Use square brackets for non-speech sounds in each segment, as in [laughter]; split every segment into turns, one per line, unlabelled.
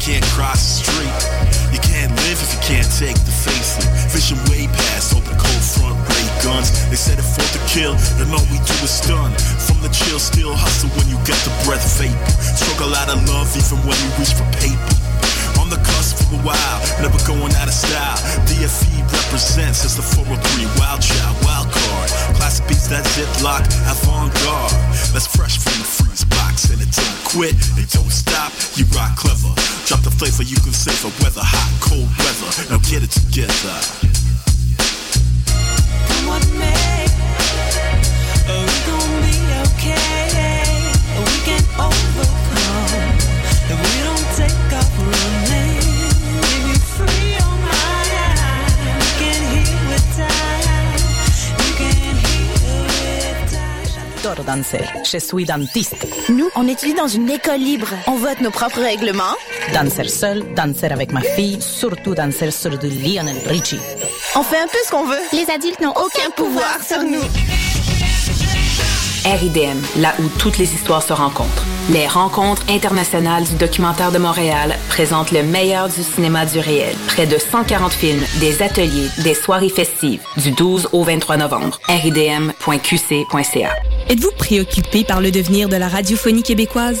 can't cross the street. You can't live if you can't take the facelift. Vision way past open cold front ray guns. They set it forth to kill, and all we do is stun. From the chill, still hustle when you got the breath of vapor. Struggle out of love even when we reach for paper. On the cusp for a while, never going out of style. DFE represents as the 403 wild child, wild card. Classic beats that ziplock, avant garde. That's fresh from the freeze box, and it don't quit, it don't stop. You rock clever, drop the flavor you can savor, whether hot, cold weather. Now get it together.
Come what may, we gon' be okay. We can overcome if we don't take up running. We be free on my mind. You can heal with time. You can heal with time.
J'adore danser. Je suis dentiste.
Nous, on étudie dans une école libre. On vote nos propres règlements.
Danser seul, danser avec ma fille, surtout danser sur du Lionel Richie.
On fait un peu ce qu'on veut. Les adultes n'ont aucun pouvoir sur nous.
RIDM, là où toutes les histoires se rencontrent. Les rencontres internationales du documentaire de Montréal présentent le meilleur du cinéma du réel. Près de 140 films, des ateliers, des soirées festives, du 12 au 23 novembre. ridm.qc.ca.
Êtes-vous préoccupé par le devenir de la radiophonie québécoise?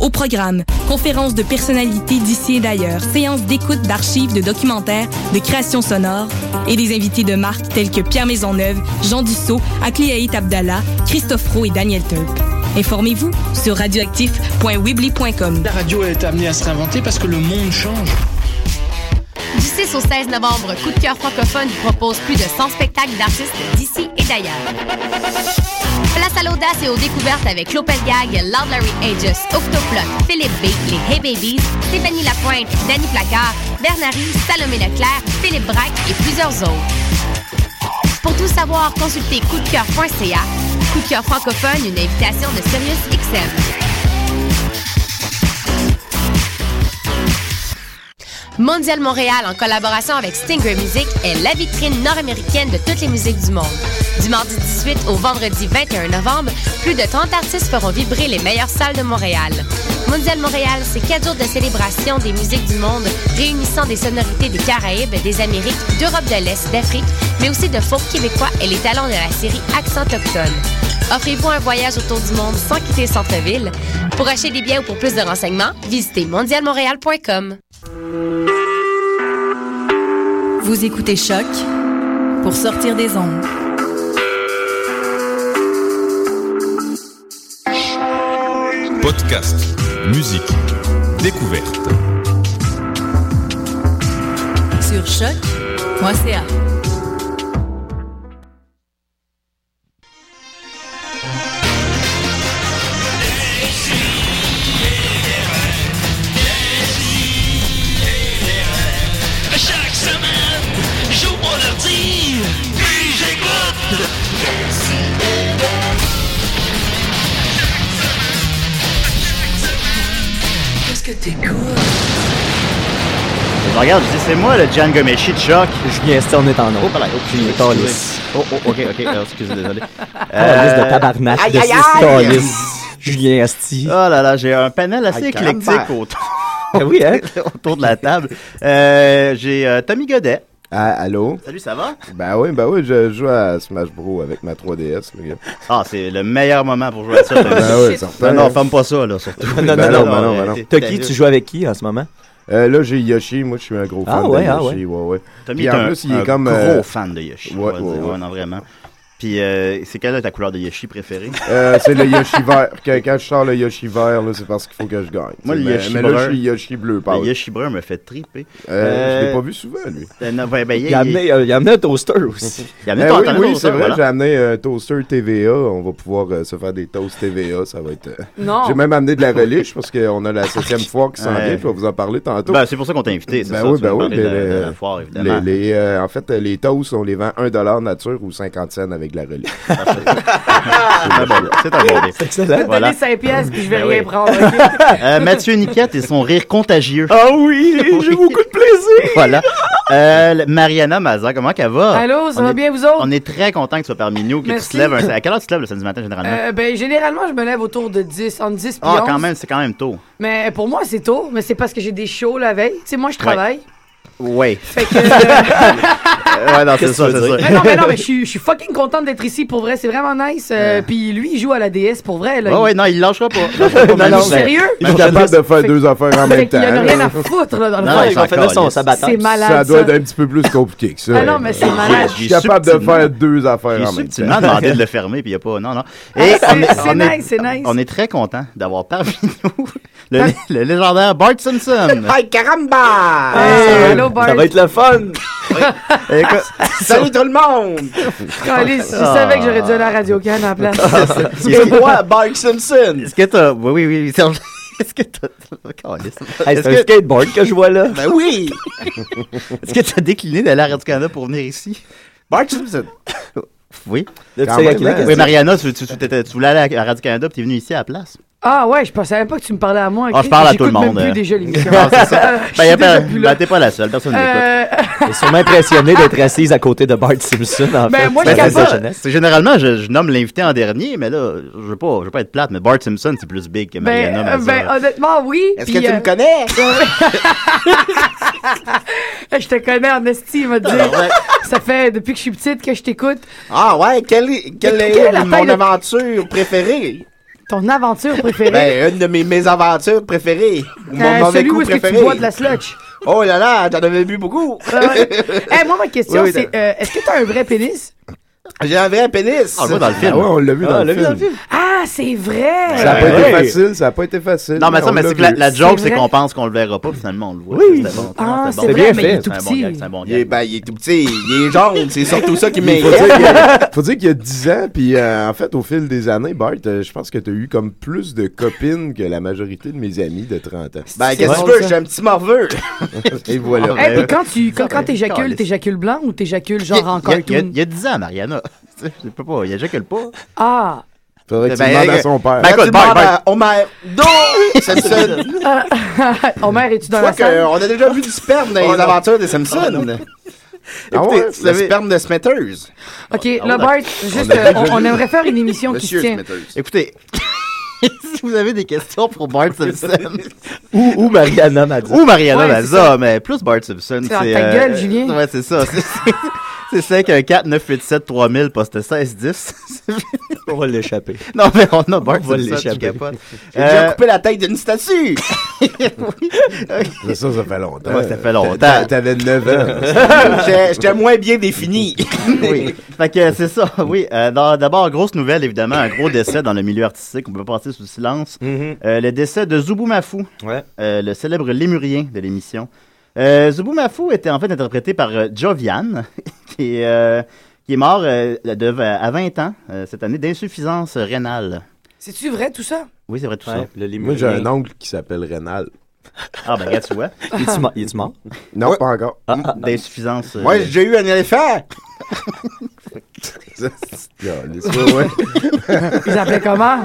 Au programme, conférences de personnalités d'ici et d'ailleurs, séances d'écoute, d'archives, de documentaires, de créations sonores et des invités de marque tels que Pierre Maisonneuve, Jean Dussault, Akliaït Abdallah, Christophe Roux et Daniel Tulpe. Informez-vous sur radioactif.wibly.com.
La radio est amenée à se réinventer parce que le monde change.
Du 6 au 16 novembre, Coup de cœur francophone vous propose plus de 100 spectacles d'artistes d'ici et d'ailleurs. Place à l'audace et aux découvertes avec Lopez Gag, Loud Larry Aegis, Octoplot, Philippe B, les Hey Babies, Stéphanie Lapointe, Danny Placard, Bernary, Salomé Leclerc, Philippe Braque et plusieurs autres. Pour tout savoir, consultez coupdecoeur.ca. Coup de cœur francophone, une invitation de Sirius XM. Mondial Montréal, en collaboration avec Stinger Music, est la vitrine nord-américaine de toutes les musiques du monde. Du mardi 18 au vendredi 21 novembre, plus de 30 artistes feront vibrer les meilleures salles de Montréal. Mondial Montréal, c'est quatre jours de célébration des musiques du monde, réunissant des sonorités des Caraïbes, des Amériques, d'Europe de l'Est, d'Afrique, mais aussi de folk québécois et les talents de la série Accent autochtone. Offrez-vous un voyage autour du monde sans quitter le centre-ville. Pour acheter des biens ou pour plus de renseignements, visitez mondialmontréal.com.
Vous écoutez Choc pour sortir des ondes.
Podcast, musique, découverte.
Sur choc.ca.
Chaque semaine, j'ouvre mon ordi, puis j'écoute. Qu'est-ce que t'écoutes?
Je regarde, je dis, c'est moi le Gian Gomeshi de choc. Je viens, si on est en Oh, par là, oh, excusez,
Calisse.
Oh, oh, ok, ok, euh, excusez,
[laughs]
désolé. Euh,
Calisse Oh, de tabarnak,
aïe,
de
aïe,
six
aïe.
calices. Julien Asti.
Oh là là, j'ai un panel assez
Ah, caramba.
éclectique autour,
[laughs] Ah oui,
[laughs]
hein?
autour de la table. Euh, j'ai euh, Tommy Godet.
Ah, allô?
Salut, ça va?
Ben oui, ben oui, je joue à Smash Bros avec ma 3DS, le gars.
Ah, c'est le meilleur moment pour jouer à
[laughs]
ça. Tommy.
Ben oui, certain.
non, non, ferme pas ça, là, surtout. [laughs]
Non, non,
Ben
non,
non,
non,
non,
euh,
non.
t'es- T'as qui? Tu joues avec qui en ce moment?
Euh, là, j'ai Yoshi, moi je suis un gros fan
Ah ouais,
de
ah
Yoshi, ouais, ouais.
Tommy
Puis
est
en
un,
plus, il
un
est comme...
gros
euh,
fan de Yoshi.
ouais,
on va dire.
ouais, ouais.
non, vraiment. Puis, euh, c'est quelle est ta couleur de Yoshi préférée?
euh, c'est le Yoshi vert. Que- quand je sors le Yoshi vert, là, c'est parce qu'il faut que je gagne.
[laughs] Moi, le
Mais-
Yoshi
Mais là,
brun-
je suis Yoshi bleu, pardon.
Le Yoshi brun me fait triper.
Euh, Je
Euh,
l'ai pas vu souvent, lui.
Euh, non, ben, ben, il
Il a amené, euh, il a amené un toaster aussi.
[laughs] il a amené
Eh
ton-
oui,
ton-
oui,
ton-
c'est vrai,
voilà.
j'ai amené un toaster TVA. On va pouvoir euh, se faire des toasts TVA. Ça va être. euh,
Non.
J'ai même amené de la relish parce qu'on a
[laughs]
la septième fois qui s'en
Ouais.
vient. puis Je vais vous en parler tantôt.
Ben, c'est pour ça qu'on t'a invité, c'est
Ben
ça.
oui,
tu veux
ben
nous parler
oui,
de,
mais
de
le-
la foire, évidemment.
Les, les, euh, en fait, les toasts, on les vend 1$ nature ou 50 cents avec avec de la relique.
[laughs] C'est un bon idée. C'est un bon idée.
C'est excellent.
Voilà.
Donnez 5 pièces, puis je vais
Ben
rien
oui. [laughs]
prendre. ok?
Euh, Mathieu Niquette et son rire contagieux.
Ah
[laughs]
oui, j'ai
beaucoup de plaisir. Voilà. Euh, le- Mariana Mazza, comment qu'elle va?
Allô, ça
On
va
est-
bien, vous autres?
On est très content que tu sois parmi nous. Que tu
Merci.
te lèves un- À quelle heure tu te lèves le samedi matin généralement?
Euh, ben, généralement, je me lève autour de 10, entre 10 et
Ah, quand
11.
même, c'est quand même tôt.
Mais euh, pour moi, c'est tôt, mais c'est parce que j'ai des shows la veille. Tu sais, moi, je travaille.
Ouais.
Fait que.
ouais, non, c'est
Qu'est-ce
ça,
que tu veux
c'est
dire?
ça.
Mais non,
[laughs]
mais non, [laughs] mais je suis- je suis fucking contente d'être ici, pour vrai, c'est vraiment nice. Euh, Puis lui, il joue à la DS, pour vrai. Là,
Ouais,
Il-
ouais, non, il lâchera pas.
non, non, sérieux?
Il est capable de faire deux affaires en
Fait
même
qu'il
temps.
y en a rien à foutre, là, dans le
Non,
fond.
il va faire de son
C'est malade.
Ça doit
ça.
être un petit peu plus compliqué que ça.
Ah non, mais c'est malade.
Je suis capable de faire deux affaires
J'ai
en même temps.
subtilement demandé de le fermer, puis il n'y a pas. Non, non.
Ah,
Et
c'est-
on est-
c'est
on est-
nice, c'est nice.
On est très content d'avoir parmi [laughs] nous le, le légendaire Bart Simpson.
Ah,
Hey, caramba!
allô, Bart. Ah, Ça va être
le fun.
[laughs]
Salut tout le monde!
[laughs] Calice,
Ah.
je Ah, savais que
[laughs]
j'aurais dû aller à Radio-Can à la place.
[laughs]
C'est
moi, Bart Simpson!
Est-ce que t'as. Oui, oui, oui. Serge- [laughs] Est-ce que t'as. Calisse.
Hey, c'est
Est-ce
un
que-
skateboard que je vois là.
Ben oui! [laughs] Est-ce que t'as décliné d'aller à Radio-Canada pour venir ici? Bart Simpson! Oui.
Là, tu sais, à qui
hein?
la question?
Oui, Mariana, tu, tu- tu t'étais- tu voulais aller à Radio-Canada puis t'es venue ici à la
[laughs]
place.
Ah ouais, je pensais même pas que tu me parlais à moi.
Ah,
ok?
je parle à tout
J'écoute
le monde.
même plus
euh.
déjà l'émission.
[laughs] Non, c'est ça.
Euh,
Ben, y a
je
pas-
suis déjà plus
ben,
là.
t'es pas la seule, personne n'écoute.
Euh,
T'es sûrement impressionné d'être assise à côté de Bart Simpson, en
Ben,
fait.
moi, je
Ben, c'est
capable.
sa jeunesse.
C'est généralement, je, je nomme l'invité en dernier, mais là, je veux pas, je veux pas être plate, mais Bart Simpson, c'est plus big que
Ben,
Mariana.
euh,
Mazza.
ben, honnêtement, oui.
Est-ce
puis,
que tu
euh,
me connais?
[laughs] je te connais en esti, il m'a dit.
Alors, ouais.
Ça fait depuis que je suis petite que je t'écoute.
Ah ouais, quelle est, quelle
Mais
est
quelle est la
mon
taille de-
aventure préférée?
Ton aventure préférée?
Ben, une de mes mésaventures préférées. Ou mon
Euh,
mauvais
celui
coup
où est-ce que
préféré.
tu bois de la sludge?
Oh là là, j'en avais bu beaucoup. [laughs]
Eh, moi, ma question,
Oui, oui,
c'est euh, est-ce que t'as un vrai pénis?
J'ai un vrai pénis.
Ah, on le voit dans le film.
Ah ouais, on l'a vu,
Ah,
dans,
on l'a
le
vu dans
film.
Ah, c'est vrai!
Ça n'a pas
Ouais.
été facile, ça n'a pas été facile.
Non, mais ça,
on
mais
l'a
c'est que la,
vu.
la joke,
ah, C'est
c'est
vrai.
qu'on pense qu'on le verra pas, puis finalement, on le voit.
Oui.
C'est bon.
Ah,
Non,
c'est
bon.
vrai, mais il est tout
C'est un bon
petit.
gag, C'est un bon
Il est,
gag.
ben, il est tout petit, il est jaune, c'est surtout ça qui
Il faut dire
m'inquiète.
qu'il y a- faut dire qu'il y a 10 ans, puis euh, en fait, au fil des années, Bart, euh, je pense que tu as eu comme plus de copines que la majorité de mes amis de 30 ans.
Ben, qu'est-ce que tu veux, j'ai un petit morveux.
Et voilà.
Eh, puis quand tu quand, quand
Caliste.
t'éjacules, t'éjacules blanc ou t'éjacules genre en
Il y a- Il y a-
cartoon?
il y a 10 ans, Mariana. [laughs] Tu sais, Je peux pas, il y a déjà que le pas.
Ah!
Faudrait que tu
Ben,
demandes à
euh,
son père.
ben, écoute,
Tu
Bart,
demandes
Bart,
à Homer, Do Simpson.
[laughs] Homer, es-tu [laughs] dans
Tu vois
la salle?
qu'on a déjà vu du sperme
Oh
dans les aventures des Simpsons.
Ah ouais,
Écoutez,
vous
le
avez-
sperme de Smithers.
Ok, là, Bart, juste,
a
euh,
déjà
on,
vu.
on aimerait faire une émission qui se
Monsieur
tient.
Smithers.
Écoutez, [laughs] si vous avez des questions pour Bart
[laughs]
Simpson
Ou, ou Mariana m'a dit.
ou Mariana
Ouais, c'est
Mazza, mais plus Bart Simpson, c'est.
C'est dans ta
euh,
gueule,
euh,
Julien.
Ouais, c'est ça. [laughs] c'est- c'est- C'est 514 987 3000 poste [laughs] 1610.
On va l'échapper.
[laughs] non, mais on a Bart
On
Simpson,
va
je
l'échapper.
capote.
[laughs] J'ai déjà
Euh,
coupé la tête d'une
[laughs]
statue.
Ça, ça, ça fait longtemps.
Ouais, ça fait longtemps.
T'a- T'avais 9 ans.
J'ai- J'étais moins bien défini.
[laughs] oui. Fait que euh, c'est ça, oui. Euh, dans- D'abord, grosse nouvelle, évidemment, un gros décès dans le milieu artistique, on peut pas passer sous silence. Euh, le décès de Zubu Mafou,
Mm-hmm. Ouais.
euh, le célèbre lémurien de l'émission. Euh, Zubu Mafou était en fait interprété par euh, Jovian, [laughs] qui, est, euh, qui est mort euh, de- à 20 ans euh, cette année d'insuffisance rénale.
C'est-tu vrai tout ça?
Oui, c'est vrai tout
Le
Moi, j'ai un
lémurien.
oncle qui s'appelle Rénal. [laughs]
ça. Ah ben, regarde, tu vois,
[laughs] Il est-tu mo- il est-tu mort? Ah,
Non, pas encore.
Mm. d'insuffisance. euh,
Ah, Moi, j'ai déjà eu un éléphant.
Ça, c'est- Caliste,
[laughs]
ouais, ouais.
Ils appelaient comment?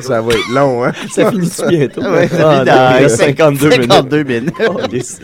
Ça va être long, hein?
Ça finit-tu bientôt?
Ouais, ça
Ah,
finit
non,
dans
il reste 52 minutes.
52 minutes. [laughs]
Oh, yes.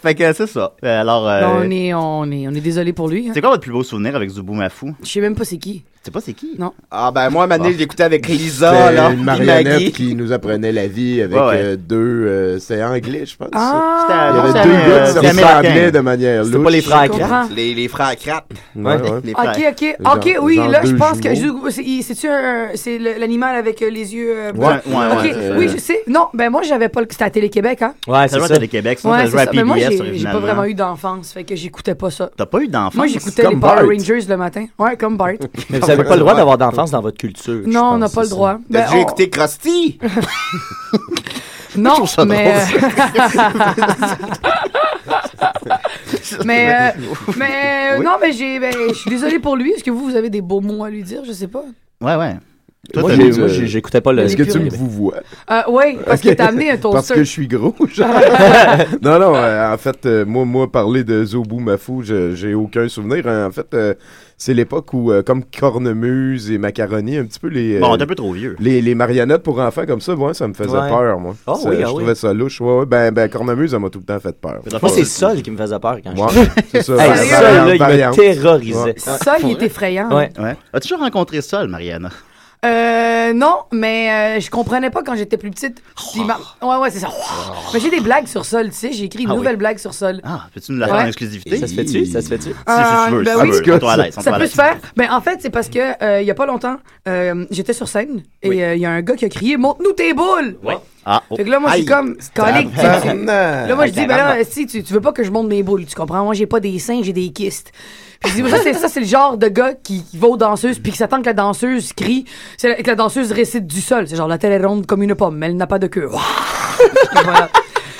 fait que euh, c'est ça. Euh, Alors, euh,
Là, on est, on est, on est désolé pour lui. hein.
c'est quoi votre plus beau souvenir avec Zubu Mafou?
Je sais même pas c'est qui.
Tu sais pas c'est qui?
Non.
Ah ben moi, Mané, je l'écoutais avec Lisa, là,
C'est une
puis
marionnette
Maggie.
qui nous apprenait la vie avec
Ouais, ouais.
euh, deux. euh, C'était anglais, je pense.
Ah!
C'était-
Ah,
Il y
non,
avait
c'était, euh,
deux gars qui se
c'était
ressemblaient
américain.
de manière louche.
C'était pas les frères
Je comprends.
Kratt.
Les, les frères Kratt.
Ouais, ouais.
Les frères.
Ok, ok,
Genre-
ok, oui,
genre
là, je
deux
pense que.
jumeaux.
je- c'est- il- C'est-tu un. C'est le- l'animal avec euh, les yeux. euh,
Ouais,
blancs?
ouais, ouais,
Ok,
euh,
oui, je sais. Non, ben moi, j'avais pas le. C'était à Télé-Québec, hein?
Ouais,
Ça
c'est
doit
ça.
être le Québec, sinon
Ouais,
ça
c'est
jouait à
ça. Mais moi,
PBS
j'ai j'ai pas
originalement.
vraiment eu d'enfance, fait que j'écoutais pas ça.
T'as pas eu d'enfance?
Moi, j'écoutais les
comme
Power
Bart.
Rangers le matin. Ouais, comme Bart.
Mais vous avez pas le droit d'avoir d'enfance dans votre culture. je
non, on
pense,
n'a pas le
c'est
droit.
T'as
Ben,
déjà
on-
écouté Krusty?
[laughs] Non, mais. euh,
[laughs]
[laughs] mais, euh,
[laughs]
mais euh, non, mais j'ai. ben, je suis désolé pour lui. Est-ce que vous, vous avez des beaux mots à lui dire Je sais pas.
Ouais, ouais.
ça.
Toi,
Moi,
t'as- euh,
j'ai- moi,
[laughs]
j'ai- j'écoutais pas le.
Est-ce que tu me
Québec.
vous vois?
Euh, oui, parce que t'as amené un
[laughs] Parce que
toaster.
je suis gros.
[laughs]
genre. [laughs] non, non, euh, en fait, euh, moi, moi, parler de Zobu Mafou, je- j'ai aucun souvenir. En fait, euh, c'est l'époque où, euh, comme cornemuse et macaroni, un petit peu les. euh,
Bon, on est un peu trop vieux.
Les, les marionnettes pour enfants comme ça, ouais, ça me faisait
Ouais.
peur, moi.
Ah
Ça-
oui, ah
je
oui.
trouvais ça louche. Ouais, ouais. Ben, ben, cornemuse, ça m'a tout le temps fait peur.
Moi, c'est Sol qui me faisait peur quand
Ouais, c'est
j'étais
ça.
[laughs] Hey,
Ouais,
Sol,
variante,
là, il me
variante.
terrorisait.
Ça, il est effrayant.
Ouais. As-tu toujours rencontré Sol, Marianne?
Euh, non, mais euh, je comprenais pas quand j'étais plus petite. Puis
[laughs]
ma- Ouais, ouais, c'est ça. Mais j'ai des blagues sur Sol, tu sais. J'ai écrit une
Ah oui. Ah,
nouvelle blague sur Sol.
Peux-tu nous la faire
Ouais.
en exclusivité?
Ça se fait-tu? Ça se fait-tu?
Euh,
Si, si tu veux,
ben
si tu
oui.
veux, sens-toi à l'aise, sens-toi
Ça
à
peut
l'aise.
se faire. Ben, en fait, c'est parce que euh, il y a pas longtemps, euh, j'étais sur scène et euh, il y a un gars qui a crié Montre-nous tes boules!
Ouais. Ah, oh.
Fait que là, moi, je suis
Aïe.
comme. Calique, tu- tu-
Tabarnak.
Là, moi, je dis,
Aïe,
ben là,
tabarnak.
si, tu, tu veux pas que je monte mes boules, tu comprends? Moi, j'ai pas des seins, j'ai des kystes. Puis je dis, moi, ça, c'est, ça, c'est le genre de gars qui, qui va aux danseuses puis qui s'attend que la danseuse crie, c'est, que la danseuse récite du sol. C'est genre, la tête est ronde comme une pomme, mais elle n'a pas de queue.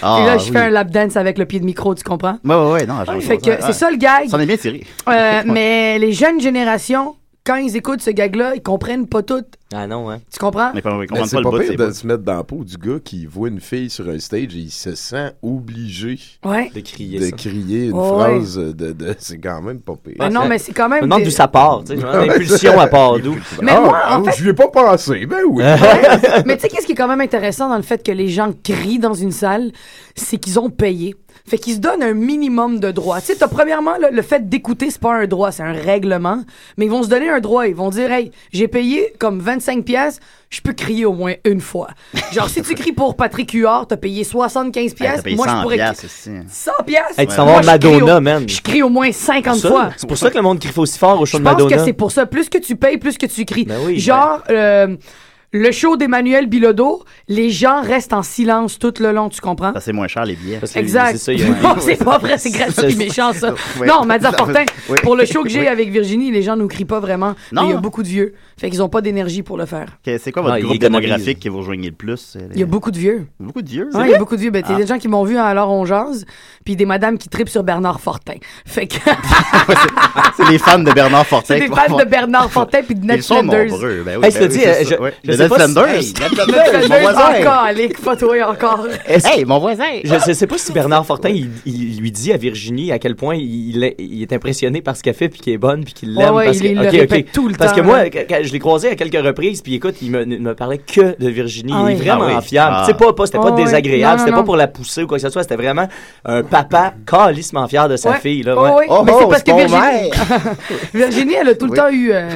Ah,
et là, je fais
oui.
un lap dance avec le pied de micro, tu comprends?
Ouais, ouais, ouais, non, je-
Fait que
ouais.
c'est ça, le gag.
Ça en est bien tiré. [laughs]
Euh, mais les jeunes générations, quand ils écoutent ce gag-là, ils comprennent pas tout.
Ah non, hein.
Tu comprends?
Mais c'est pas pire de se mettre dans la peau du gars qui voit une fille sur un stage et il se sent obligé
Ouais.
de crier,
de
ça.
crier une
Ouais.
phrase de, de- c'est quand même pas pire.
Mais non, mais c'est quand même
Je me demande
des-
d'où ça part, tu sais. je me demande L'impulsion à
[laughs]
part d'où.
Mais Ah, moi, en
oh, Je lui ai pas pensé, ben
[laughs]
oui.
[laughs]
Mais tu sais, qu'est-ce qui est quand même intéressant dans le fait que les gens crient dans une salle, c'est qu'ils ont payé. Fait qu'ils se donnent un minimum de droits. Tu sais, t'as premièrement, là, le fait d'écouter, c'est pas un droit, c'est un règlement. Mais ils vont se donner un droit. Ils vont dire, hey, j'ai payé comme 25 pièces, je peux crier au moins une fois. Genre, si tu cries pour Patrick Huard, t'as payé 75
Hey,
pièces,
t'as payé
moi, je
100
pourrais.
Ben, piastres, hein.
cri-
c'est-
100 pièces?
Hey, tu
Ouais.
t'en vas voir
Moi, je crie au-
Madonna, man.
Je crie au moins 50
Ça,
fois.
C'est pour ça que le monde crie aussi fort au show
Je
de
pense
Madonna.
que c'est pour ça. Plus que tu payes, plus que tu cries.
Ben
oui,
Genre, euh, le show d'Emmanuel Bilodeau, les gens restent en silence tout le long, tu comprends?
Ça, c'est moins cher, les billets.
Exact. [laughs] Non, c'est pas vrai, c'est gratuit, méchant, ça.
[laughs] Ouais.
Non, Madame Fortin,
Oui.
pour le show que j'ai
Oui.
avec Virginie, les gens nous crient pas vraiment.
Non.
Mais Il y a beaucoup de vieux. Fait qu'ils ont pas d'énergie pour le faire.
Que- C'est quoi votre
Ah, il
groupe
économise.
démographique qui vous rejoignez le plus? euh, les-
Il y a beaucoup de vieux.
Beaucoup de vieux. Ah.
Ouais, il y a beaucoup de vieux. Ben, t'as des gens qui m'ont vu à Alors on jase, puis des madames qui tripent sur Bernard Fortin.
[laughs]
Fait que
C'est les fans de Bernard Fortin.
Ah! [laughs] c'est des fans de Bernard Fortin puis de Ned
Ils sont
Flanders.
nombreux. Ben oui,
Hey, je te
ben
dis,
oui, c'est
euh,
ça,
je-
ouais.
je
Le
sais
Ned
pas si-
Flanders.
Hey, Ned
Ned
Flanders, mon
Flanders
voisin.
encore, allez, fatoué encore.
Hey, mon voisin!
Je sais- sais pas si Bernard Fortin, il, il lui dit à Virginie à quel point il, est- il est impressionné par ce qu'elle fait, puis qu'elle est bonne, puis qu'il l'aime.
Ouais, ouais,
parce
il-
que,
il le
ok,
répète
ok.
tout le
Parce
temps,
que moi,
hein.
quand- quand je l'ai croisé à quelques reprises, puis écoute, il me, ne me parlait que de Virginie.
Ah
il est
oui.
vraiment
Ah oui.
fiable.
Ah.
Tu sais, pas, pas, c'était pas
Ah oui. Non,
désagréable,
non,
c'était pas
non.
pour la pousser ou quoi que ce soit, c'était vraiment un papa calissement fier de sa
Ouais.
fille. Là,
Oh, oui. Mais c'est parce que Virginie,
mère.
[laughs] Virginie, elle a tout le
Oui.
temps eu. euh,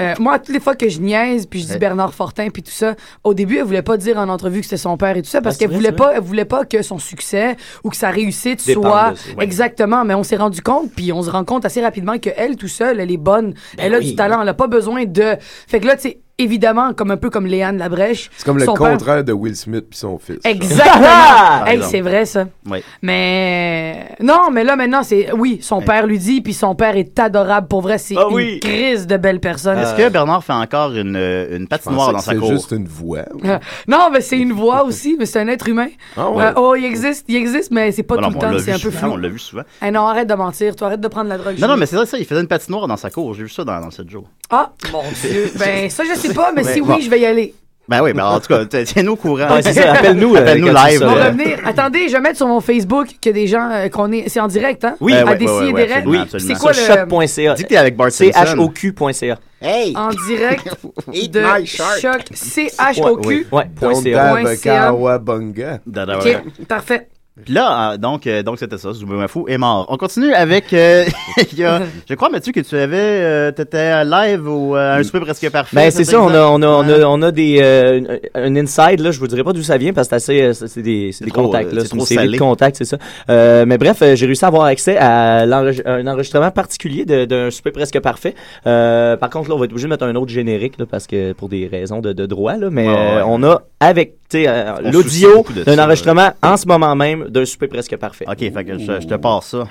euh, moi, à toutes les fois que je niaise, puis je dis
Ouais.
Bernard Fortin, puis tout ça, au début, elle voulait pas dire en entrevue que c'était son père et tout ça, parce
Ah, c'est
qu'elle
vrai,
voulait
c'est vrai.
pas, elle voulait pas que son succès ou que sa réussite
Dépende
soit
de ça, ouais.
exactement. Mais on s'est rendu compte, puis on se rend compte assez rapidement que elle, tout seule, elle est bonne, elle a
Ben oui.
du talent, elle a pas besoin de. Fait que là, tu sais, évidemment, comme un peu comme Léane Labrèche.
C'est comme le
son père-
contraire de Will Smith puis son fils.
Ah!
Exactement.
Par
hey,
exemple.
c'est vrai ça.
Ouais.
Mais non, mais là maintenant c'est oui, son père lui dit puis son père est adorable pour vrai, c'est
Ah
une
oui.
crise de belle personne.
Euh,
Est-ce que Bernard fait encore une, euh, une patinoire
pensais
dans
que
sa
c'est
cour?
juste une voix.
Euh, Non, mais c'est une voix aussi, mais c'est un être humain.
Ah ouais.
Euh, oh, il existe, il existe, mais c'est pas
Non,
tout
non,
le
on
temps,
l'a vu
c'est un peu
souvent,
flou.
On l'a vu souvent.
Eh non, arrête de mentir, toi, arrête de prendre la drogue.
Non, non,
Julie.
mais c'est vrai, ça, il faisait une patinoire dans sa cour. J'ai vu ça dans l'ancien jour.
Ah,
[laughs]
mon Dieu. Ben, ça, je sais pas, mais
Ouais.
si oui,
Bon.
je vais y aller.
Ben oui, mais en tout cas, t- tiens-nous au courant.
Ouais, c'est ça, appelle-nous, euh,
Appelle-nous
quand tu
live.
sors.
Pour
euh,
revenir, attendez, je vais mettre sur mon Facebook que des gens euh, qu'on est. C'est en direct, hein?
Oui,
à
ouais, ouais,
décider
ouais,
des
ouais,
règles.
absolument,
Puis C'est
absolument.
quoi
Sur
le.
choc.ca.
Dis que t'es avec Bart
C'est
Simpson.
hoq.ca.
Hey!
En direct
Eat
de
my shark.
choc
Ouais,
C-H-O-Q.
ouais, point
Don't
CA.
have a cowabunga.
Dada, ouais.
OK, parfait.
Puis là, euh, donc, euh, donc c'était ça. Zoubou Mafou est mort. On continue avec. euh, [laughs] il y a- je crois, Mathieu, que tu avais. euh, T'étais live ou euh, un souper presque parfait.
Ben, c'est ça, on a,
exact?
on a, on a, on a des, euh, un un inside, là, je vous dirais pas d'où ça vient parce que c'est assez, euh, c'est c'est des, c'est des
trop,
contacts,
euh,
là,
c'est
c'est une
trop
série
salé.
de contacts, c'est ça. Euh, mais bref, euh, j'ai réussi à avoir accès à l'enregistre- un enregistrement particulier de- d'un souper presque parfait. Euh, par contre, là, on va être obligé de mettre un autre générique, là, parce que pour des raisons de, de droit, là, mais
Ouais, ouais, ouais.
euh, on a avec, tu sais, euh,
On soucie
l'audio
beaucoup de
d'un
ça,
enregistrement en ce moment même d'un souper presque parfait.
Ok, fait que je, je te passe ça.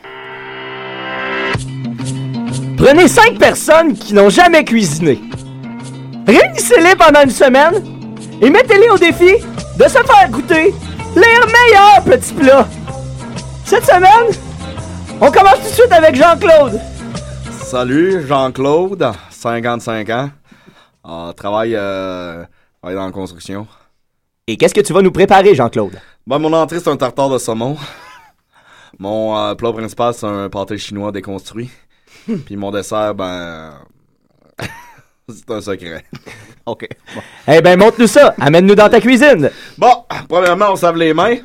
Prenez cinq personnes qui n'ont jamais cuisiné. Réunissez-les pendant une semaine et mettez-les au défi de se faire goûter leurs meilleurs petits plats. Cette semaine, on commence tout de suite avec Jean-Claude.
Salut, Jean-Claude, 55 ans. Euh, travaille, euh, travaille dans la construction.
Et qu'est-ce que tu vas nous préparer, Jean-Claude?
Ben, mon entrée, c'est un tartare de saumon. Mon euh, plat principal, c'est un pâté chinois déconstruit.
Hmm.
Puis mon dessert, ben. [laughs] c'est un secret.
OK.
Eh ben, montre-nous ça. Amène-nous dans ta cuisine.
Bon, premièrement, on se lave les mains.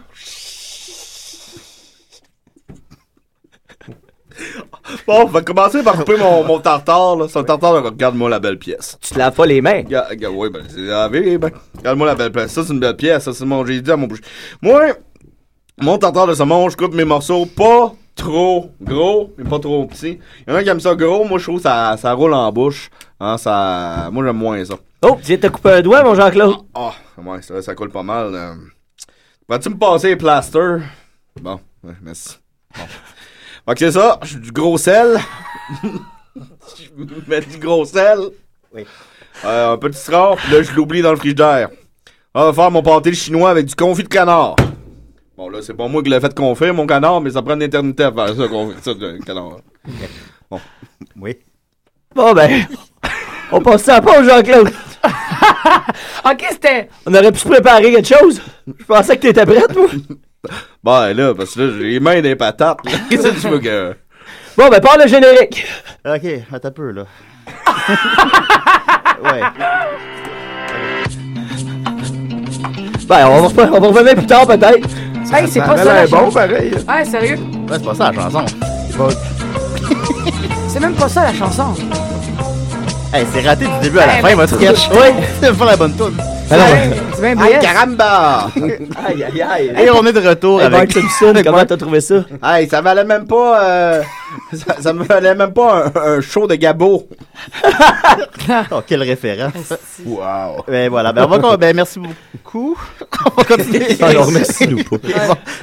Bon, on va commencer par couper mon, mon tartare. là. C'est un tartare, là, regarde-moi la belle pièce.
Tu te laves pas les mains.
oui, ben, c'est lavé, ben. Regarde-moi la belle pièce. Ça, c'est une belle pièce. Ça, c'est mon j'ai dit à mon bouche. Moi, mon tartare de saumon, je coupe mes morceaux pas trop gros, mais pas trop petits. Il y en a qui aiment ça gros. Moi, je trouve que ça, ça roule en bouche. Hein, ça... Moi, j'aime moins ça.
Oh, tu viens de te couper un doigt, mon Jean-Claude.
Ah, ouais, ça, ça coule pas mal. euh. Vas-tu me passer les plasters? Bon, ouais, merci. Bon. Fait que c'est ça, j'ai du gros sel. [laughs] je mets du gros sel.
Oui.
Euh, un petit citron, puis là, je l'oublie dans le frigidaire. On va faire mon pâté chinois avec du confit de canard. Bon, là, c'est pas moi qui l'ai fait confit, mon canard, mais ça prend une éternité à faire ça, confit, ça, le canard. Bon.
Oui.
[laughs]
Bon, ben, on passe ça pas au Jean-Claude.
OK, c'était.
On aurait pu se préparer quelque chose. Je pensais que t'étais prête, moi.
Ben, là, parce que là, j'ai les mains des patates. [laughs] là. Qu'est-ce que tu veux que.
Bon, ben, parle le générique.
OK, attends un peu,
[laughs]
là. ouais.
Ben, on va, on va revenir plus tard, peut-être.
Hey, c'est pas ça. la chanson.
pareil.
Ouais, Ah, sérieux.
Ouais, c'est pas ça la chanson.
C'est même pas ça la chanson.
Hey, c'est raté du début à la
Hey,
fin,
mais-
votre sketch. [laughs] Oui, c'est pas la bonne tune.
C'est bien
Aïe,
BS.
[laughs]
caramba!
Aïe, aïe, aïe.
Et on est de retour
Hey, Bart
avec.
Simpson, comment t'as trouvé ça?
Hey, ça valait même pas. euh, [laughs] ça, ça me valait même pas un, un show de gabot.
Oh, quelle
[laughs]
référence.
Wow.
Ben voilà, ben, on va con- ben,
[laughs]
merci beaucoup. on va
[laughs]
continuer.
[laughs]
Alors, merci, nous pas.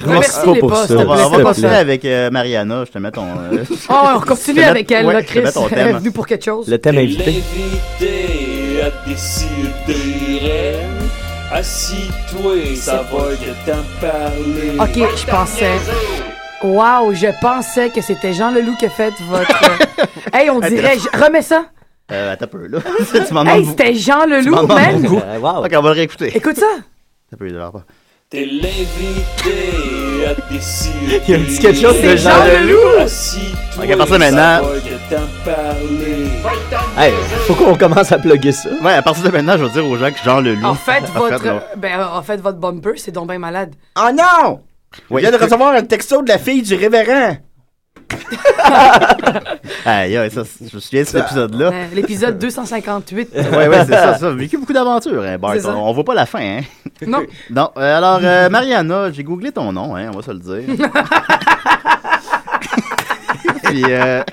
Remercie les pas, s'il
On
te
va, on va
plaît.
continuer avec euh, Mariana, je te mets ton... euh,
[laughs] Oh, on continue
Je te
avec
mets-
elle,
ouais,
là,
je te
Chris.
mets ton
Elle
thème.
est venue pour quelque chose.
Le thème invité.
L'invité a décidé. Assis-toi, ça va de t'en parler.
Ok, je pensais. Wow, je pensais que c'était Jean Leloup qui a fait votre. hey, on dirait. je- Remets ça.
euh, attends un peu, là. [laughs] tu m'en
Hey,
demandes
c'était Jean
m'en
Leloup,
demandes
man.
beaucoup.
Euh, wow.
Ok, on va le réécouter.
Écoute ça.
Attends un peu, alors, pas.
T'es l'invité à décider.
Il y a un petit quelque chose de C'est Jean Jean Leloup. Leloup.
Assis-toi,
Ok, à partir de
ça
maintenant-
va de t'en parler.
Hey, faut qu'on commence à plugger ça.
Ouais, à partir de maintenant, je vais dire aux gens que Jean Leloup...
En fait,
non.
votre. Ben, en fait, votre bumper, c'est donc bien malade.
Oh non!
Oui.
Je viens de recevoir un texto de la fille du révérend.
Aïe, aïe, ça, je me souviens de cet épisode-là.
Euh, L'épisode 258.
Ouais, ouais, c'est ça, ça. a vécu beaucoup d'aventures, hein, Bart.
C'est ça.
On, on voit pas la fin, hein.
Non.
[laughs] Non, euh, alors, euh, Mariana, j'ai googlé ton nom, hein, on va se le
[laughs]
dire. Puis, euh,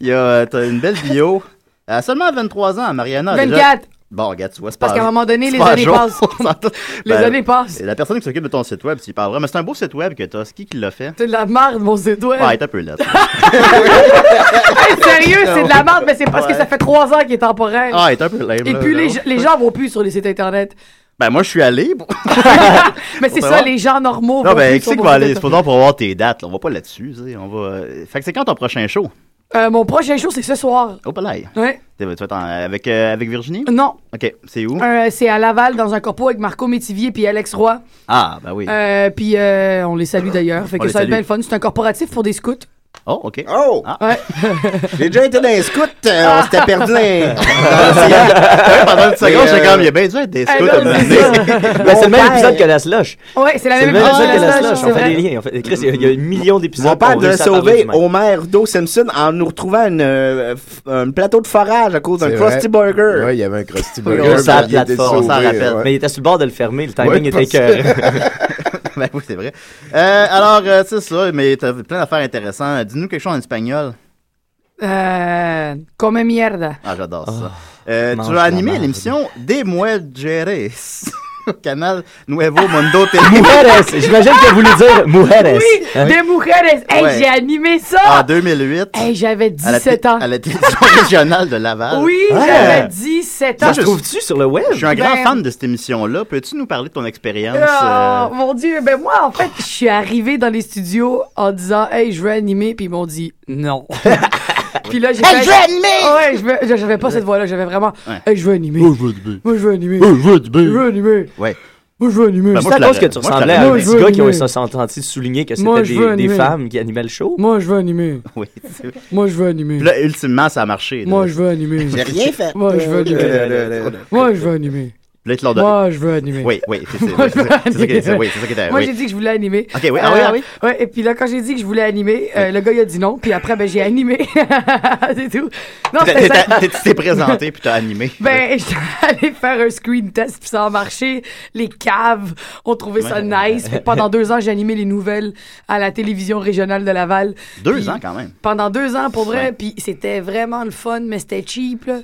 il y a, euh, t'as une belle bio. À seulement 23 ans, Mariana. a déjà-
24.
Bon, regarde, tu vois, c'est
Parce
pas-
qu'à un moment donné,
c'est
les
pas à
années
jour.
passent.
[laughs] On entend-
Les
Ben,
années passent.
c'est la personne qui s'occupe de ton site web, tu parleras. Mais c'est un beau site web que t'as. C'est qui qui l'a fait?
C'est de la merde, mon site web.
Ouais, t'as un peu là.
Hey, [laughs] sérieux, c'est de la merde, mais c'est parce que
Ouais.
ça fait trois ans qu'il est temporaire.
Ah, t'as un peu lame,
Et
là,
puis,
là.
les, les gens vont plus sur les sites internet.
Ben, moi, je suis allé. pour-
Mais c'est
Pour
ça,
savoir.
les gens normaux.
Non,
vont
ben,
plus
qui
sur
c'est qui
nos
va
sites
aller? C'est
internet.
pas non pour voir tes dates, là. On va pas là-dessus, tu sais, On va. euh, Fait que c'est quand ton prochain show? Oh,
Euh, mon prochain show, c'est ce soir.
Au palais.
Ouais.
Tu vas tu vas être en- avec, euh, avec Virginie?
Non,
Ok, c'est où?
euh, c'est à Laval dans un corpo avec Marco Métivier puis Alex Roy.
Ah, ben oui.
Euh, puis euh, on les salue d'ailleurs. Fait
On
que
les
ça va être
salue.
bien le fun. C'est un corporatif pour des scouts.
Oh, ok.
Oh!
Ah. [laughs]
Ouais. Ah.
J'ai déjà été dans les scouts, euh, on s'était perdu dans les-
[laughs] Pendant une seconde,
Mais,
j'étais
euh,
comme, il y a bien dû être des
Ah,
scouts
non,
à un moment
c'est
donné. [laughs]
Ben, c'est le même épisode que la slush.
[laughs] Ouais, c'est la
C'est
même
le même épisode
épisode
que la
Slash,
slush.
c'est
On fait
vrai.
des liens. on fait- Chris, il y a- il y a un million d'épisodes.
Mon père
qu'on
devait
réussit à parler
sauver
du même.
Homer Do Simpson en nous retrouvant une, euh, f- un plateau de forage à cause d'un
C'est
Krusty Burger.
Ouais, il y avait un Krusty
On
Burger.
s'en
puis il était
plateforme, on s'en
sauvé,
rappelle.
ouais.
Mais il était sur le bord de le fermer. Le timing
Ouais, parce
était
[laughs]
que.
Ben oui, c'est vrai. Euh, alors, euh, c'est ça, mais t'as plein d'affaires intéressantes. Euh, Dis-nous quelque chose en espagnol.
Euh, comme merde.
Ah, j'adore ça. Euh,
mange
tu as
la
animé
merde.
l'émission Des Mujeres au canal Nuevo Mundo Télé
Mujeres! J'imagine qu'il a voulu dire Mujeres.
Oui,
Hein?
des mouchettes. Hey,
Ah Ouais. Ah,
j'ai animé
en
ça.
2008
Hey, j'avais
à, la
17
té-
ans.
à la télévision régionale de Laval.
Oui,
Ouais.
j'avais 17 ans.
Ça se trouve-tu sur le web?
Je suis un grand
Ben-
fan de cette émission-là. Peux-tu nous parler de ton expérience?
Oh,
euh,
mon Dieu, ben moi, en fait, je suis arrivée dans les studios en disant « Hey, je veux animer », puis ils m'ont dit «
[laughs]
Non ». Puis là, j'ai fait... Ah Ouais, je veux- j'avais pas cette voix-là, j'avais vraiment
Ouais.
Hey, je veux animer.
je veux du B.
Moi, je veux animer.
veux du
Je veux animer.
Ouais.
Moi, je veux animer.
Ben,
C'est à cause que tu ressemblais à un
Moi, je
petit
veux
gars qui ont
animer.
senti souligner que
Moi,
c'était
je veux
des, des
animer.
femmes qui animaient le show.
Moi, je veux animer.
Oui.
Moi, je veux animer.
Puis là, ultimement, ça a marché. là.
Moi, je veux animer.
J'ai rien fait.
Moi, je veux
Euh,
animer. Moi, je veux animer.
Puis là, ils te l'ont donné.
Moi, je veux animer.
Oui, oui, c'est
Moi, je veux
ça. C'est ça qui
animer.
est- c'est- oui, c'est ça qui était.
Moi,
oui.
j'ai dit que je voulais animer. Euh,
Ok, oui. Ah oui, ah oui.
ouais, et puis là, quand j'ai dit que je voulais animer, euh, le gars, il a dit non. Puis après, ben, j'ai animé. [laughs] c'est tout. Non,
T'es-
c'était
t'es-
ça.
t'es- Tu t'es présenté puis t'as animé.
[laughs] Ben, j'étais allé faire un screen test, puis ça a marché. Les caves ont trouvé ça
Ouais.
nice. Fait que pendant deux ans, j'ai animé les nouvelles à la télévision régionale de Laval.
Deux
Puis
ans quand même.
Pendant deux ans, pour vrai,
Ouais.
puis c'était vraiment le fun, mais c'était cheap, là.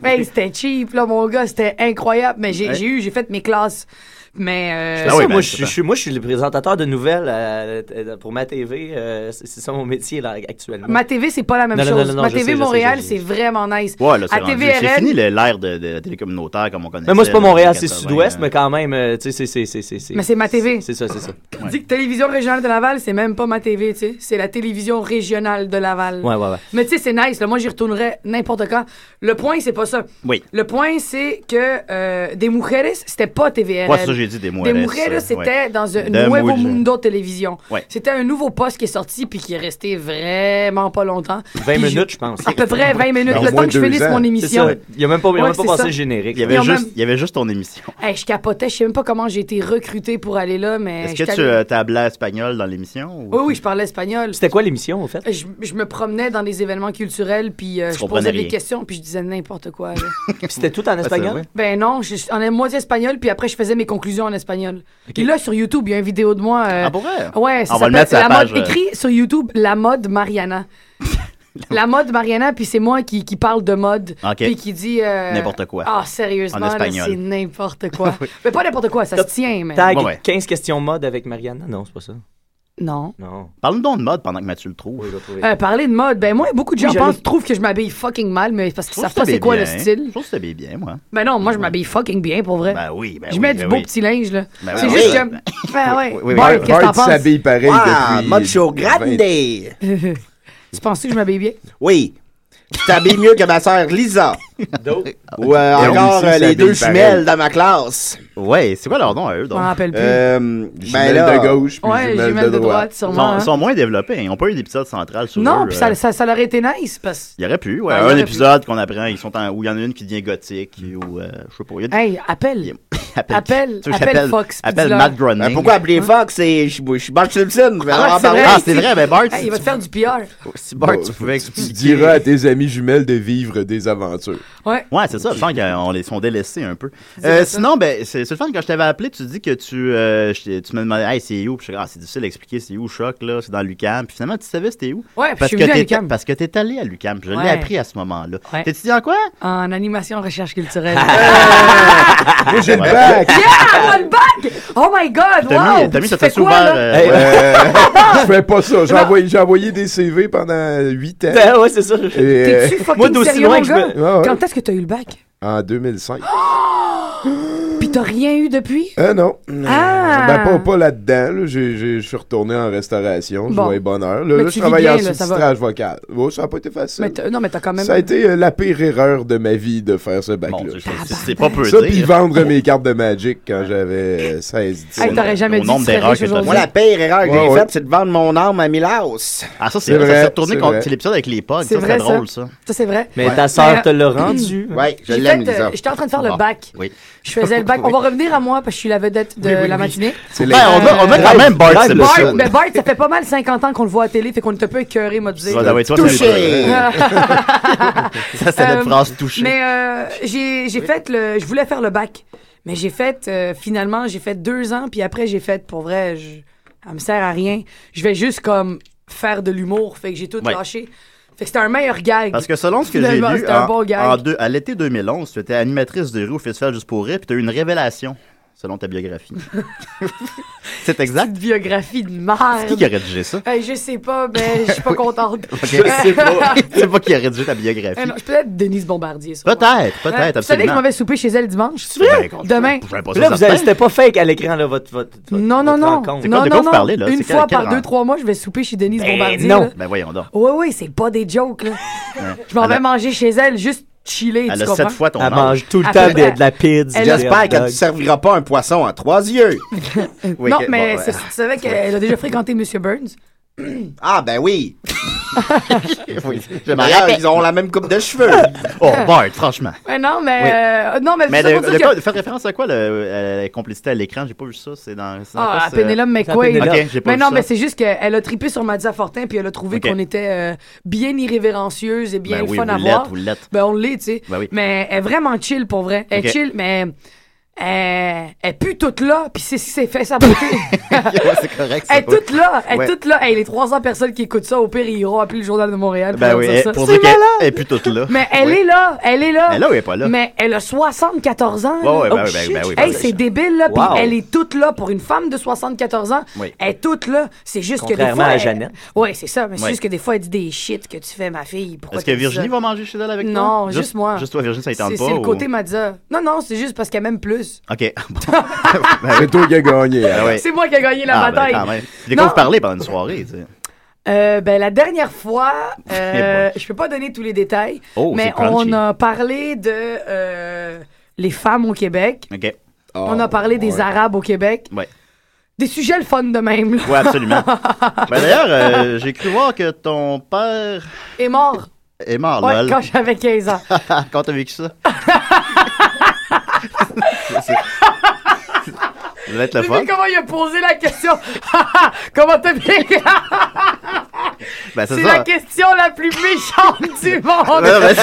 [laughs] hey, c'était cheap, là, mon gars, c'était incroyable, mais j'ai
Ouais.
j'ai eu, j'ai fait mes classes, mais... euh,
Ben
Ah ben, C'est ça, moi, je, suis- moi, je suis le présentateur de nouvelles euh, euh, pour ma TV. euh, c'est c'est ça mon métier là, actuellement.
Ma TV, c'est pas la même
Non, non,
chose.
non, non, non,
ma
je
TV
sais, je sais,
Montréal,
je
c'est vraiment nice.
Ouais, là, c'est
à
rendu-
TVRL,
C'est fini le- l'ère de, de la télécommunautaire comme on connaît.
Mais moi, c'est pas Montréal, c'est Sud-Ouest, mais quand même, euh, tu sais, c'est- c'est- c'est.
Mais c'est ma TV.
C'est ça, c'est ça. Ouais,
dit que Télévision régionale de Laval, c'est même pas ma TV, tu sais. C'est la télévision régionale de Laval.
ouais, ouais.
Mais tu sais, c'est nice. Là, moi, j'y retournerais n'importe quand. Le point, c'est pas ça.
Oui.
Le point, c'est que euh, Des Mujeres, c'était pas TVRL.
Ouais, ça, j'ai dit Des Mujeres,
Des
euh,
Mujeres, c'était
ouais.
dans un
De
Nuevo
Mujer-
Mundo Télévision.
Ouais.
C'était un nouveau poste qui est sorti puis qui est resté vraiment pas longtemps.
20 minutes, je pense.
À peu près
[laughs]
20 minutes.
Dans
le
au moins
temps que je
deux
finisse
ans.
mon
C'est
émission.
ça. Il a même pas, il a
Ouais,
même pas
c'est
passé
ça.
le générique.
Il y avait,
Ils ont
juste,
même-
il y avait juste ton émission.
Hey, je capotais. Je sais même pas comment j'ai été recrutée pour aller là, mais.
Est-ce
Eh, je
que tu
suis allée-
euh, t'as hablé espagnol dans l'émission? ou-
Oui, oui, je parlais espagnol.
C'était quoi l'émission, en fait?
Je, je me promenais dans des événements culturels, puis euh, je
comprenais
posais des
rien.
questions, puis je disais n'importe quoi.
[laughs]
là.
C'était tout en
Ah,
espagnol?
Ben non, je, je- en ai moitié espagnol, puis après, je faisais mes conclusions en espagnol. Puis là, sur YouTube, il y a une vidéo de moi. euh,
Ah, pour vrai?
Ouais, ça
On va le
s'appelle
mettre sur la
la
page,
mode,
euh.
Écrit sur YouTube, La mode
[laughs]
Mariana. la mode Mariana, puis c'est moi qui, qui parle de mode,
Ok.
puis qui dit. euh,
N'importe quoi.
Ah,
En
sérieusement, là,
espagnol. [laughs]
c'est n'importe quoi. Mais pas n'importe quoi, ça se tient, mais.
Tag 15 questions mode avec Mariana? Non, c'est pas ça.
Non.
Non.
Parle-nous donc de mode pendant que Mathieu le trouve.
Euh, parler de mode, ben moi, beaucoup de
Oui,
gens
j'allais-
pensent, trouvent que je m'habille fucking mal, mais parce qu'ils
Je trouve
savent
que
pas c'est
t'habilles
quoi le
bien.
style.
Je trouve que t'habilles bien, moi.
Ben non, moi je m'habille fucking bien pour vrai.
Ben oui, ben
Je
oui,
mets
ben
du beau
oui.
petit linge là.
Ben
c'est
oui,
juste
oui.
que. Ben ouais.
Oui, oui,
Bart,
oui.
qu'est-ce que t'en
Bart
penses?
s'habille pareil
Ah, depuis- macho grande.
[laughs] tu penses que je m'habille bien?
Oui. Tu t'habilles mieux que ma sœur Lisa. Ou euh,
Et on
encore
aussi
euh, les
s'habille
deux
pareil.
jumelles dans ma classe.
Ouais, c'est quoi leur nom à eux, donc?
Je m'en rappelle plus.
Euh,
Jumelles
là-
de gauche, puis
Ouais,
jumelles,
jumelles
de
de
droite.
droite, sûrement,
Ils
hein.
sont, sont moins développés. Ils n'ont pas eu d'épisode central sur eux.
Non, puis
euh.
ça, ça, ça aurait été nice parce.
Il y aurait pu, ouais.
Ouais, il y
un
aurait
épisode qu'on apprend, ils sont en- où il y en a une qui devient gothique, ou euh, je sais pas. il y a des-
Hey, appelle.
[laughs] Appelle-
Appelle,
Tu veux que
appelle
j'appelle-
Fox. puis
appelle
dis-leur.
Matt Groening.
Ben, pourquoi appeler Fox? C'est- Je je suis Bart Simpson. je vais
Ah,
en
c'est
parler.
vrai,
c'est vrai, ben Bart, Oh,
Hey, il va te faire du PR.
Si Bart,
Bon,
tu pouvais
Tu
expliquer.
diras à tes amis jumelles de vivre des aventures.
Ouais.
Ouais, c'est ça. Je sens qu'on les sont délaissés un peu.
C'est
Euh,
ça.
sinon, ben, c'est c'est le fun. Quand je t'avais appelé, tu dis que tu, euh, je t'ai- tu me demandais, hey, c'est où? Puis je suis ah, c'est difficile à expliquer, c'est où, choc, là, c'est dans l'UCAM. Puis finalement, tu savais c'était où?
Ouais, puis je
parce
suis
que
venu à
t'étais-
l'UQAM.
Parce que t'es allé à l'UCAM. Je l'ai
Ouais.
appris à ce moment-là.
Ouais.
T'es étudiant en quoi? Ah!
En animation recherche culturelle.
[laughs] Moi, j'ai le
bac. yeah, on le bac! Oh my god,
T'as
wow!
mis, t'as mis,
Tu
ça
fais
t'a
quoi,
ouvert.
euh,
là?
euh,
[laughs]
je fais pas ça. J'ai envoyé, j'ai envoyé des CV pendant 8 ans. euh,
Ben ouais, c'est ça.
T'es-tu fucking sérieux, mon gars?
Ouais, ouais.
Quand est-ce que t'as eu le bac?
En 2005.
Puis t'as rien eu depuis?
Ah non.
Ah!
Ben pas, pas là-dedans. là. J'ai- j'ai- Je suis retourné en restauration.
Bon.
Joie et bonheur.
Mais
Là, là,
tu
je
vis
travaille
bien,
en
là, ça va.
sous-titrage vocal. Oh, ça n'a pas été facile.
Mais t'as- non, mais t'as quand même.
Ça a été euh, la pire erreur de ma vie de faire ce bac-là.
c'est pas peu
Ça,
dire.
puis vendre mes cartes de Magic quand j'avais euh, 16, 17
Hey, t'aurais jamais Au dit nombre que tu serais d'erreurs riche que t'as aujourd'hui.
Moi, la pire erreur que
Ouais,
j'ai
ouais.
faite, c'est de vendre mon arme à Milhouse.
Ah, ça,
C'est
c'est ça
vrai,
s'est retourné
c'est
contre
vrai.
c'est l'épisode avec les pogs.
C'est
Ça,
vrai,
c'est drôle, ça.
Ça, c'est vrai. euh,
Mais ta sœur te
[clears throat]
l'a rendu.
Oui, je
J'ai
l'aime,
fait, euh,
Lisa.
J'étais en train de faire le
Bon.
bac.
Ah, Oui.
Je faisais le bac. On va revenir à moi parce que je suis la vedette de
Oui, oui,
la
oui.
matinée.
C'est Ben, les- on a- on a quand même Bart Simpson.
Bart, mais Bart, ça fait pas mal 50 ans qu'on le voit à télé, fait qu'on est un peu écœuré, m'a dit.
Ouais, ça va être toi, Touché. c'est
[laughs]
[laughs] Ça, c'est
Euh,
notre phrase touchée.
Mais euh, j'ai j'ai fait le. Je voulais faire le bac. Mais j'ai fait, euh, finalement, j'ai fait deux ans, puis après, j'ai fait, pour vrai, je, elle me sert à rien. Je vais juste comme faire de l'humour, fait que j'ai tout
Ouais.
lâché. Fait que c'était un meilleur gag.
Parce que selon ce que j'ai lu,
Finalement, c'était un
en-
bon gag.
en deux- à l'été 2011, tu étais animatrice de rue au Festival Juste pour Rire, puis tu as eu une révélation, selon ta
[laughs]
biographie. c'est exact?
biographie de merde.
Qui qui a rédigé ça?
Euh, je sais pas, mais [laughs] je suis pas contente.
[laughs] Ok. Je sais [laughs]
[laughs]
pas. Je sais pas qui a rédigé ta biographie.
Euh, non, je peux être Denise Bombardier. sûrement.
Peut-être, peut-être,
Vous savez que je
absolument.
m'en vais souper chez elle dimanche. C'est
vrai?
Demain.
Là, vous avez- c'était pas fake à l'écran, là, votre. votre
Non, non, non.
rencontre. C'est quoi-
non, non,
de quoi vous
non.
parlez, là?
Une
C'est
fois
quel-
par
quel-
deux, trois mois, je vais souper chez Denise
Ben
Bombardier.
non.
là.
Ben voyons donc.
Oui, oui, c'est pas des jokes, là.
Hein.
Je m'en vais
Alors-
manger chez elle, juste chiller.
Elle
tu
a
comprends?
sept fois ton
Elle
âge.
mange tout le temps
Elle-
des- de la
elle-
pizza, J'espère qu'elle ne te servira pas un poisson à trois
[laughs]
yeux. Oui,
non,
que-
mais
bon,
c'est-
ben.
ouais.
tu savais qu'elle a déjà fréquenté Monsieur Burns.
Ah, ben
[laughs]
oui. oui.
Je me
D'ailleurs,
rappelle.
ils ont la même coupe de cheveux.
Oh, Bart, franchement.
Ouais, non, mais.
Oui.
euh, non, mais.
Mais
tout ça
de,
pour dire
de
que-
quoi- de faire référence à quoi le- euh, la complicité à l'écran J'ai pas vu ça. C'est dans. c'est dans
Ah,
quoi,
à
c'est-
Penelope McQuaid.
Ok, j'ai pas
mais
vu
non,
ça.
mais c'est juste qu'elle a trippé sur Madza Fortin, puis elle a trouvé
Ok.
qu'on était euh, bien irrévérencieuse et bien
Ben
le
oui,
fun
vous
à
l'êtes,
voir.
vous l'êtes.
Ben on l'est, tu sais.
Ben oui.
Mais elle est vraiment chill, pour vrai. Elle est
Ok.
chill, mais euh, elle, elle est plus toute là, puis c'est c'est fait saboter.
[laughs] Ouais, [laughs] c'est correct.
elle
c'est
est
pas-
toute là, elle est
Ouais.
toute là. Hey, les 300 personnes qui écoutent ça, au pire, ils iront appeler le Journal de Montréal.
Ben
pour
oui,
dire
elle-
ça.
pour
C'est
dire qu'elle
malade!
elle est plus toute là.
Mais elle
Oui.
est là, elle est là.
Elle est là ou elle est pas là?
Mais elle a 74 ans.
Ouais, ouais,
là.
ben
Oh,
oui, ben
shit.
oui, ben oui,
Hey,
ben
c'est
oui.
débile, là. Puis
Wow.
elle est toute là pour une femme de 74 ans.
Oui.
Elle est toute là. C'est juste que des
Contrairement
fois.
à
elle-
Jeannette.
Ouais, c'est ça. Mais c'est
Ouais.
juste que des fois, elle dit des shit que tu fais, ma fille. Pourquoi
Est-ce que
tu dis
Virginie
ça?
va manger chez elle avec toi?
Non, juste,
Juste-
moi.
juste toi, Virginie, ça y tente
C'est-
pas,
C'est le
ou-
côté Madza. Non, non, c'est juste parce qu'elle m'aime plus. [laughs]
Ok.
[laughs]
Ah, C'est
toi qui as gagné.
C'est moi qui ai gagné
Ah, ben,
la bataille.
J'ai qu'on
Non.
vous parler pendant une soirée, tu sais.
Euh, ben, la dernière fois, euh,
[laughs] Eh
je peux pas donner tous les détails,
Oh,
mais
c'est crunchy.
on a parlé de euh, les femmes au Québec.
OK.
Ah.
on
Oh,
a parlé des Arabes au Québec.
Ouais.
Des sujets le fun de même. là.
Ouais,
[laughs]
absolument. Ben, d'ailleurs, euh, [laughs] j'ai cru voir que ton père
Et mort.
est mort,
ouais,
lol.
quand j'avais 15 ans.
[laughs] Quand t'as vécu
[laughs]
ça? C'est- c'est- Ça va être le
Tu
fun.
vu comment il a posé la question? [laughs] comment t'as bien...
Ben,
C'est
c'est ça.
la question la plus méchante
[laughs]
du monde.
Ouais, ben, c'est-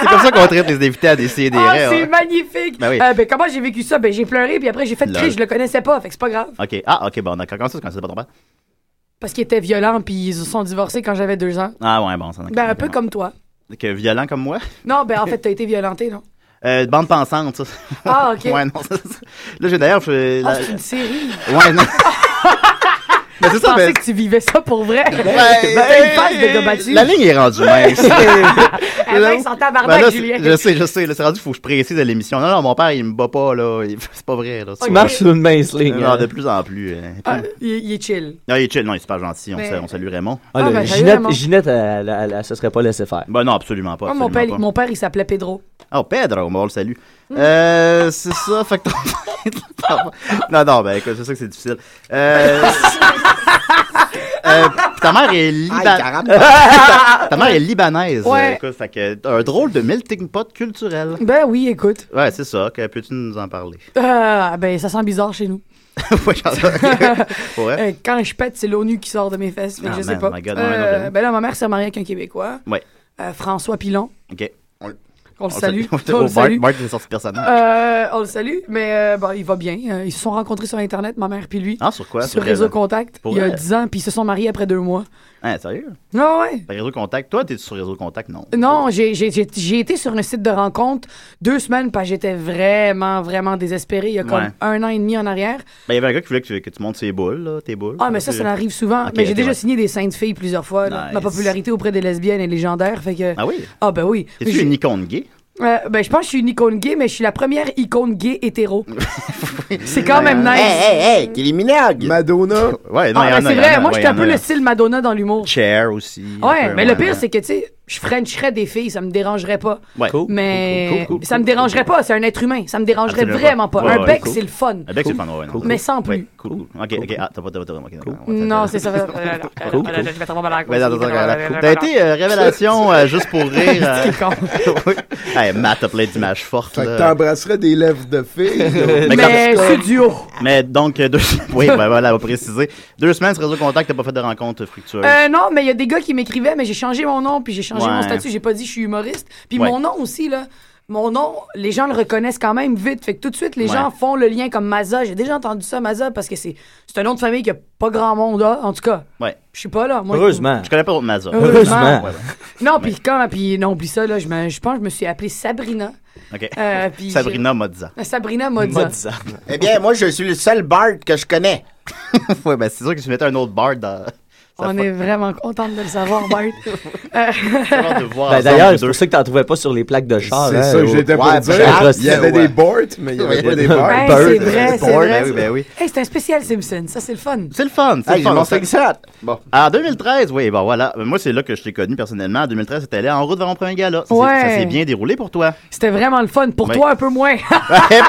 C'est comme ça qu'on traite les invités à décider.
Ah,
hein.
c'est magnifique!
Ben oui.
Euh, ben, comment j'ai vécu ça? Ben, j'ai pleuré, puis après, j'ai fait
Lol.
cri, je le connaissais pas, fait que c'est pas grave.
OK. Ah, OK, bon, d'accord. Quand ça, quand c'est pas ton père?
Parce qu'il était violent, puis ils se sont divorcés quand j'avais deux ans.
Ah, ouais, bon, ça
Ben, un peu comme toi.
Que violent comme moi?
Non, ben, en fait, t'as été violenté, non?
Euh, bande pensante, ça.
Ah, ok.
ouais, non, ça, ça- Là, euh, j'ai d'ailleurs. je-
Ah,
la-
c'est
[laughs]
une série.
Ouais, non. Mais c'est
Je
ça,
pensais
mais-
que tu vivais ça pour vrai.
Ben,
T'as une face de Gobati.
La ligne est rendue mince.
Elle est en
Ben
tabarnak,
là,
Julien.
c'est- je sais, je sais. là, C'est rendu, faut que je précise à l'émission. Non, non, mon père, il me bat pas, là. Il- C'est pas vrai, là.
Tu Ok. marches sur
une mince ligne,
Non,
hein.
de plus en plus. hein.
Ah, il, il est chill.
Non, il est chill. Non, il est super gentil. On,
Mais-
sa- on salue Raymond.
Ah, ben, salut,
Ginette,
Raymond.
Ginette, elle, elle- elle se serait pas laissée faire. Ben non, absolument pas.
Moi, Ah, mon,
absolument
père,
pas.
mon père, il s'appelait Pedro.
Oh, Pedro, bon, on le salue. Euh, c'est ça, fait que ton [laughs] Non, non, ben écoute, c'est sûr que c'est difficile. Euh... euh, ta mère est libanaise.
Ah,
ta mère est libanaise.
Ouais.
euh, écoute, fait que t'as un drôle de melting pot culturel.
Ben oui, écoute.
Ouais, c'est ça. que- Peux-tu nous en parler?
Ah, ben, ça sent bizarre chez nous.
[laughs] Ouais.
[laughs] Euh, quand je pète, c'est l'ONU qui sort de mes fesses. mais
Ah,
je sais
man,
pas.
my God,
Euh,
non, non, j'avoue.
ben là, ma mère s'est mariée avec un Québécois,
Ouais.
euh, François Pilon.
OK. On,
Qu'on le salue.
[laughs] On
On le
le salue.
salue.
Oh, Bart, Bart est sorti personnage.
Euh, on le salue, mais euh, bon, il va bien. Euh, ils se sont rencontrés sur Internet, ma mère puis lui.
Ah, sur quoi?
Sur
Sur
Réseau
quel-
Contact,
Pour
il y a
vrai?
10 ans, puis ils se sont mariés après deux mois.
Hein, sérieux?
Non, Ah, ouais.
Fait que réseau contact. Toi, t'es sur réseau contact? Non.
Non, j'ai- j'ai j'ai- j'ai été sur un site de rencontre deux semaines, parce que j'étais vraiment, vraiment désespérée. Il y a comme
Ouais.
un an et demi en arrière.
Ben, il y avait un gars qui voulait que tu, que tu montes ses boules, là, tes boules.
Ah, mais ça, ça arrive souvent.
Ok,
mais j'ai
ok,
déjà
ouais.
signé des saintes filles plusieurs fois. là.
Nice.
Ma popularité auprès des lesbiennes est légendaire. Fait que...
Ah oui?
Ah, ben oui. Mais
T'es-tu
j'ai-
une icône gay?
Euh, ben, je pense que je suis une icône gay, mais je suis la première icône gay
[laughs]
hétéro. c'est quand même
euh,
nice.
Kylie Minogue!
Madonna!
Ouais, Eh non, il y
Ah, ben,
en a,
c'est
il y
vrai,
en a,
moi,
ouais,
j'étais
il y
un
en
peu
a.
le style Madonna dans l'humour.
Cher aussi. un
Ouais,
peu,
mais le
ouais.
pire, c'est que, tu sais, je frencherais des filles, ça me dérangerait pas.
Ouais. Cool,
Mais
cool, cool, cool, cool,
ça me dérangerait pas, c'est un être humain. Ça me dérangerait
Absolument
vraiment pas.
Ouais,
un
ouais,
bec,
cool.
c'est le fun.
Un bec, c'est le fun, ouais, non.
Mais sans plus.
Ouais, cool. Ok, ok, ah, t'as pas, t'as pas, t'as pas, ok, non, non, ouais,
Non,
[laughs]
c'est ça. euh,
Cool, cool.
Je vais trop mal à la
Ouais, attends, attends, attends.
cause.
T'as été euh, révélation euh, juste pour rire. euh.
C'est con.
[laughs] Oui. Hey, Matt, t'as plein d'images fortes.
Fait que
là. [laughs]
t'embrasserais des lèvres de filles.
Mais
c'est du haut.
Mais donc, euh, deux... [laughs] oui, ben voilà, on va préciser. Deux semaines sur réseau contact, t'as pas fait de rencontre fructueuse.
Euh, non, mais il y a des gars qui m'écrivaient, mais j'ai changé mon nom, puis j'ai changé
Ouais.
mon statut, j'ai pas dit je suis humoriste. Puis
Ouais.
mon nom aussi, là, mon nom, les gens le reconnaissent quand même vite. Fait que tout de suite, les
Ouais.
gens font le lien comme Maza. J'ai déjà entendu ça, Maza, parce que c'est c'est un nom de famille que pas grand monde a, en tout cas.
ouais.
Je suis pas là. Moi,
Je connais pas autre Mazza.
Heureusement.
Ouais, ouais.
Non, puis quand, puis non, oublie ça, là, je, me- je pense que je me suis appelée Sabrina.
Ok.
Euh, puis
Sabrina Mozza.
j'ai- Sabrina Mozza.
eh bien, moi, je suis le seul Bart que je connais.
[laughs] ouais, ben c'est sûr que tu mettais un autre bar dans.
On est vraiment contente de le
[laughs]
savoir, Bart. Euh,
Ben, D'ailleurs, c'est pour ça que t'en trouvais pas sur les plaques de char.
C'est
hein,
ça que
au-
j'étais pour
Ouais,
dire. Ah,
ben,
Il y
Rusty,
avait
ouais.
des boards, mais il y avait
Ouais.
pas des birds.
Hey,
Bird.
Ben, c'est
euh,
vrai, c'est
Bird,
vrai.
ben oui, ben oui.
Hey, c'est un spécial Simpson, ça c'est le fun.
C'est le fun, c'est
Hey,
le
j'ai
fun.
mon
on s'en- En 2013, oui, bon voilà. Moi, c'est là que je t'ai connu personnellement. En 2013, c'était allé en route vers mon premier gala. Ça s'est-
Ouais.
ça s'est bien déroulé pour toi.
C'était vraiment le fun. Pour
Ouais.
toi, un peu moins.
Hé,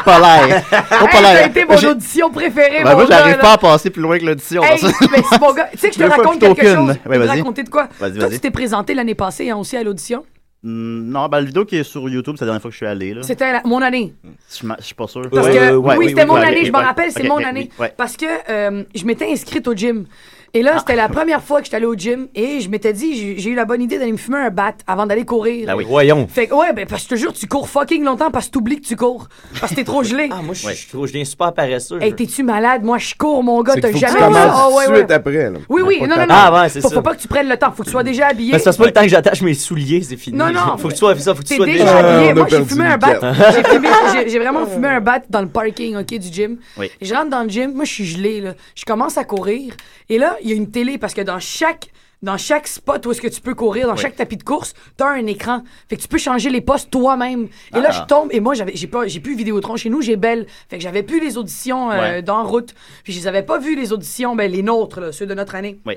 pas
[laughs]
l'air. Oh, pas
Hey, ça a
l'air.
été mon
J'ai-
audition préférée.
Ben,
mon
moi,
gars,
j'arrive
là.
pas à passer plus loin que l'audition.
Hey,
dans ça. [laughs]
mais c'est mon gars. Tu sais que je te
Deux fois
raconte
plutôt
quelque
qu'une.
chose.
Ouais,
je vais te
vas-y.
raconter de quoi.
Vas-y,
Toi,
vas-y.
tu t'es présenté l'année passée hein, aussi à l'audition.
Hmm, Non, ben, la vidéo qui est sur YouTube, c'est la dernière fois que je suis allé. là.
C'était la- mon année.
Je m'en- je suis pas sûr.
Parce
Ouais,
que
ouais, ouais,
oui,
ouais,
c'était
ouais,
mon
ouais,
année,
ouais,
je m'en
ouais.
rappelle, c'est
Ok,
mon
ok,
année.
oui, ouais. Ah.
Parce que euh, je m'étais inscrite au gym. Et là, c'était la première fois que j'étais allée au gym et je m'étais dit, j'ai- j'ai eu la bonne idée d'aller me fumer un bat avant d'aller courir.
Ben oui. Voyons.
Fait que, ouais, ben, parce que je te jure, tu cours fucking longtemps parce que t'oublies que tu cours. Parce que t'es
[laughs]
trop gelé.
Ah, moi, je je trouve que je viens super paresseux.
Hey, t'es-tu malade? Moi, je cours, mon gars,
C'est
t'as
qu'il faut que
jamais
tu
vu ça?
commences
Ah,
tout de
ouais,
suite
ouais.
après, là.
Oui, oui,
Faut
non,
que
non, non.
t'apprennes. Ah, ouais, c'est
faut,
ça.
faut pas que tu prennes le temps, faut que tu sois déjà habillé.
Mais ça se passe pas le temps que j'attache mes souliers, c'est fini.
Non, non.
Faut que tu sois, ça, faut que tu
T'es
sois
déjà
déjà.
habillé.
Ah,
Moi, j'ai fumé un bat.
[laughs]
[laughs]
J'ai fumé- j'ai- J'ai vraiment fumé un bat dans le parking, OK, du gym.
Oui.
Et je rentre dans le gym. Moi, je suis gelé, là. Je commence à courir. Et là, il y a une télé parce que dans chaque. Dans chaque spot où est-ce que tu peux courir, dans
Oui.
chaque tapis de course, t'as un écran. Fait que tu peux changer les postes toi-même. Et là,
Ah.
je tombe. Et moi, j'avais, j'ai pas, j'ai plus Vidéotron chez nous, j'ai Belle. Fait que j'avais plus les auditions euh,
Ouais.
d'en route. Puis je les avais pas vues, les auditions, ben, les nôtres, là, ceux de notre année.
Oui.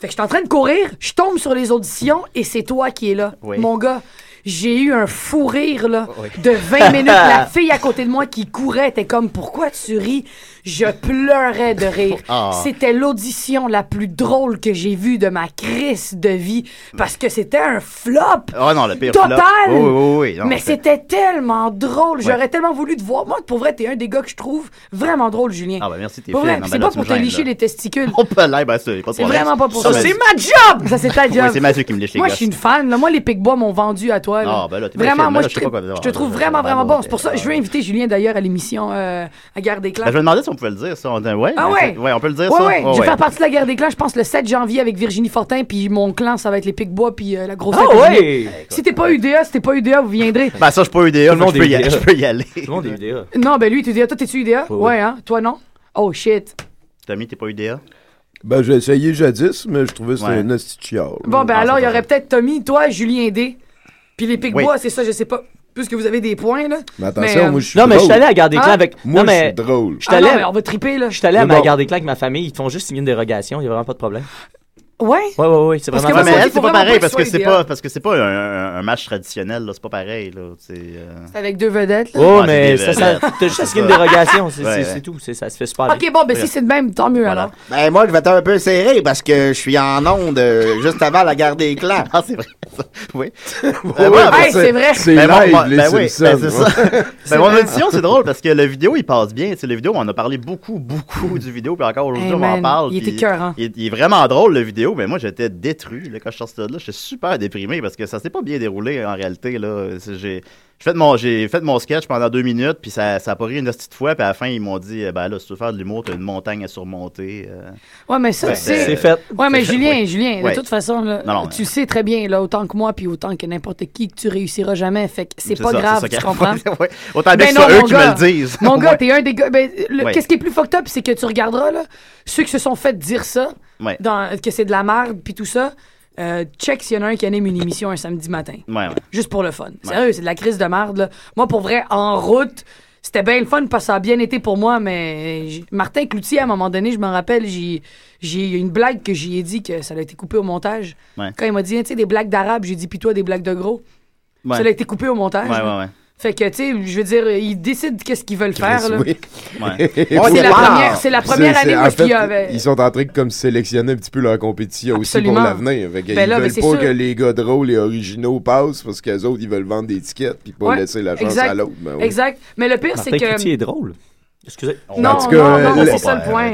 Fait que je suis en train de courir, je tombe sur les auditions et c'est toi qui es là.
Oui.
Mon gars, j'ai eu un fou rire là,
Oui.
de 20
[laughs]
minutes. La fille à côté de moi qui courait était comme Pourquoi tu ris Je pleurais de rire.
Ah.
C'était l'audition la plus drôle que j'ai vue de ma crise de vie parce que c'était un flop.
Oh non, le pire
Total!
flop. Oui, oui, oui, non,
Mais
c'est-
c'était tellement drôle.
Ouais.
J'aurais tellement voulu te voir. Moi, pour vrai, t'es un des gars que je trouve vraiment drôle, Julien.
Ah, ben merci, t'es
Pour
fine.
vrai,
Non, ben
c'est
là,
pas
tu
pour
me
te
gênes,
licher
là.
les testicules.
On peut l'air, ben c'est pas de
C'est
problème.
vraiment pas pour
Ça,
ça.
mais-
job! Ça, c'est ta job.
Oui, c'est Mathieu qui me liche les
Moi, je
gosses.
suis une fan. là. Moi, les Picbois m'ont vendu à toi. là.
Ah, ben là, t'es bien
Vraiment,
fait,
moi,
mais là,
je,
je sais
tri-
pas quoi-
je te trouve
Ah,
vraiment,
ben
vraiment
bon,
bon. C'est pour ça je veux inviter Julien, d'ailleurs, à l'émission euh, à Guerre des
Ben,
Clans.
je me demandais si on pouvait le dire, ça. On... Ouais,
Ah
ben,
ouais?
c'est- ouais, on peut le dire,
Ouais,
ça.
ouais.
Ouais,
Je vais
ouais.
faire partie de la guerre des clans, je pense, le 7 janvier avec Virginie Fortin, puis mon clan, ça va être les Picbois, puis euh, la grosse
Ah
tête de
ouais!
Julien. Si t'es pas UDA, si t'es pas UDA, vous viendrez.
Ben, ça, je suis
Tout
pas UDA,
le
fait que je
monde
peux y
est
aller.
UDA.
Je peux y aller. Tout
le monde est UDA.
Non, ben lui, tu UDA. Toi, t'es-tu UDA?
Oui.
Ouais, hein? Toi, non? Oh, shit.
Tommy, t'es pas UDA?
Ben, j'ai essayé jadis, mais je trouvais que c'était
Ouais.
un hostie de chiard.
Bon, ben
Ah,
alors,
c'est
il y aurait peut-être Tommy, toi, Julien D. Puis les Picbois,
Oui.
c'est ça, je sais pas. Puisque vous avez des points, là.
Mais attention,
euh,
moi, je suis
Non, mais je suis
drôle.
allé à Garde des
Ah.
Clans avec.
Moi,
non,
je
mais...
suis drôle.
Je suis allé-
Ah non, mais on va triper, là.
je suis allé à
Mais
ma
bon.
Garde des Clans avec ma famille. Ils te font juste signer une dérogation. Il n'y a vraiment pas de problème.
Ah, Ouais?
Ouais, ouais, ouais. C'est
Parce
vraiment
que
ça.
mais elle, c'est pas pareil, parce que
soit
c'est
UDA.
pas, parce que c'est pas un, un- un match traditionnel, là. C'est pas pareil, là. C'est, euh,
C'est avec deux vedettes, là.
Oh,
Ouais,
mais
c'est des
ça, ça,
vedettes.
t'as juste à
C'est
signer une
ça.
dérogation. C'est
Ouais,
c'est-
ouais.
c'est tout. C'est- Ça se fait super
Ok, bon, ben si c'est de même, tant mieux alors.
Ben moi, je vais être un peu serré parce que je suis en onde euh, juste avant la garde des clans.
Ah, c'est
[laughs]
vrai, ça. Oui.
Eh ouais,
ouais,
hey, c'est vrai. C'est
Ben,
live,
moi-
les
ben oui,
Simpsons,
ben, c'est
moi.
ça.
[laughs] C'est
Ben, mon
vrai.
audition, c'est drôle parce que la vidéo, il passe bien. Tu sais, la vidéo, on a parlé beaucoup, beaucoup du vidéo, puis encore aujourd'hui,
Hey,
on en
man,
parle.
il est
puis
écœurant.
Il, il est vraiment drôle, le vidéo, mais moi, j'étais détruit là, quand je sortais de là. J'étais super déprimé parce que ça s'est pas bien déroulé en réalité. là. C'est- J'ai j'ai fait, mon, j'ai fait mon sketch pendant deux minutes, puis ça, ça a pas ri une petite fois, puis à la fin, ils m'ont dit eh, Ben là, si tu veux faire de l'humour, t'as une montagne à surmonter. euh.
Ouais, mais ça,
Ben,
tu sais-
c'est fait.
Ouais, mais
C'est fait,
Julien,
oui.
Julien,
Ouais.
de toute façon, là,
Non, non,
tu sais très bien, là, autant que moi, puis autant que n'importe qui, que tu réussiras jamais. Fait que c'est
C'est
pas
ça,
grave,
c'est ça
tu
qu'elle-
comprends?
[laughs] Ouais. Autant bien
Ben
que ce
non,
soit eux
mon
qui
gars.
me le disent.
Mon gars,
Ouais.
t'es un des gars. ben, le-
Ouais.
Qu'est-ce qui est plus fucked up, c'est que tu regarderas, là, ceux qui se sont fait dire ça,
Ouais.
dans- que c'est de la merde, puis tout ça, euh, check s'il y en a un qui anime une émission un samedi matin.
Ouais, ouais.
Juste pour le fun. Sérieux, c'est de la crise de merde, là. Moi, pour vrai, en route, c'était bien le fun parce que ça a bien été pour moi, mais j- Martin Cloutier, à un moment donné, je me rappelle, j'ai j'ai une blague que j'y ai dit que ça a été coupé au montage.
Ouais.
Quand il m'a dit, hein, tu sais, des blagues d'arabe, j'ai dit, puis toi, des blagues de gros.
Ouais.
Ça a été coupé au montage.
Ouais,
là.
ouais, ouais.
Fait que, tu sais, je veux dire, ils décident qu'est-ce qu'ils veulent faire. Là. Oh,
[laughs] Oui.
Ouais.
c'est la première- c'est la première
C'est- c'est-
année où
en
est-ce qu'il y
fait,
avait-
Ils sont en train de comme sélectionner un petit peu leur compétition
Absolument.
aussi pour l'avenir. Fait que
Ben
ils
là, ben
veulent
c'est
pas
sûr.
que les gars drôles et originaux passent parce qu'eux autres, ils veulent vendre des tickets puis pas
Ouais.
laisser la chance
Exact.
à l'autre. Ben oui.
Exact. Mais le pire, c'est que.
drôle. Excusez.
Non,
En tout cas,
non, non,
euh,
c'est ça le point.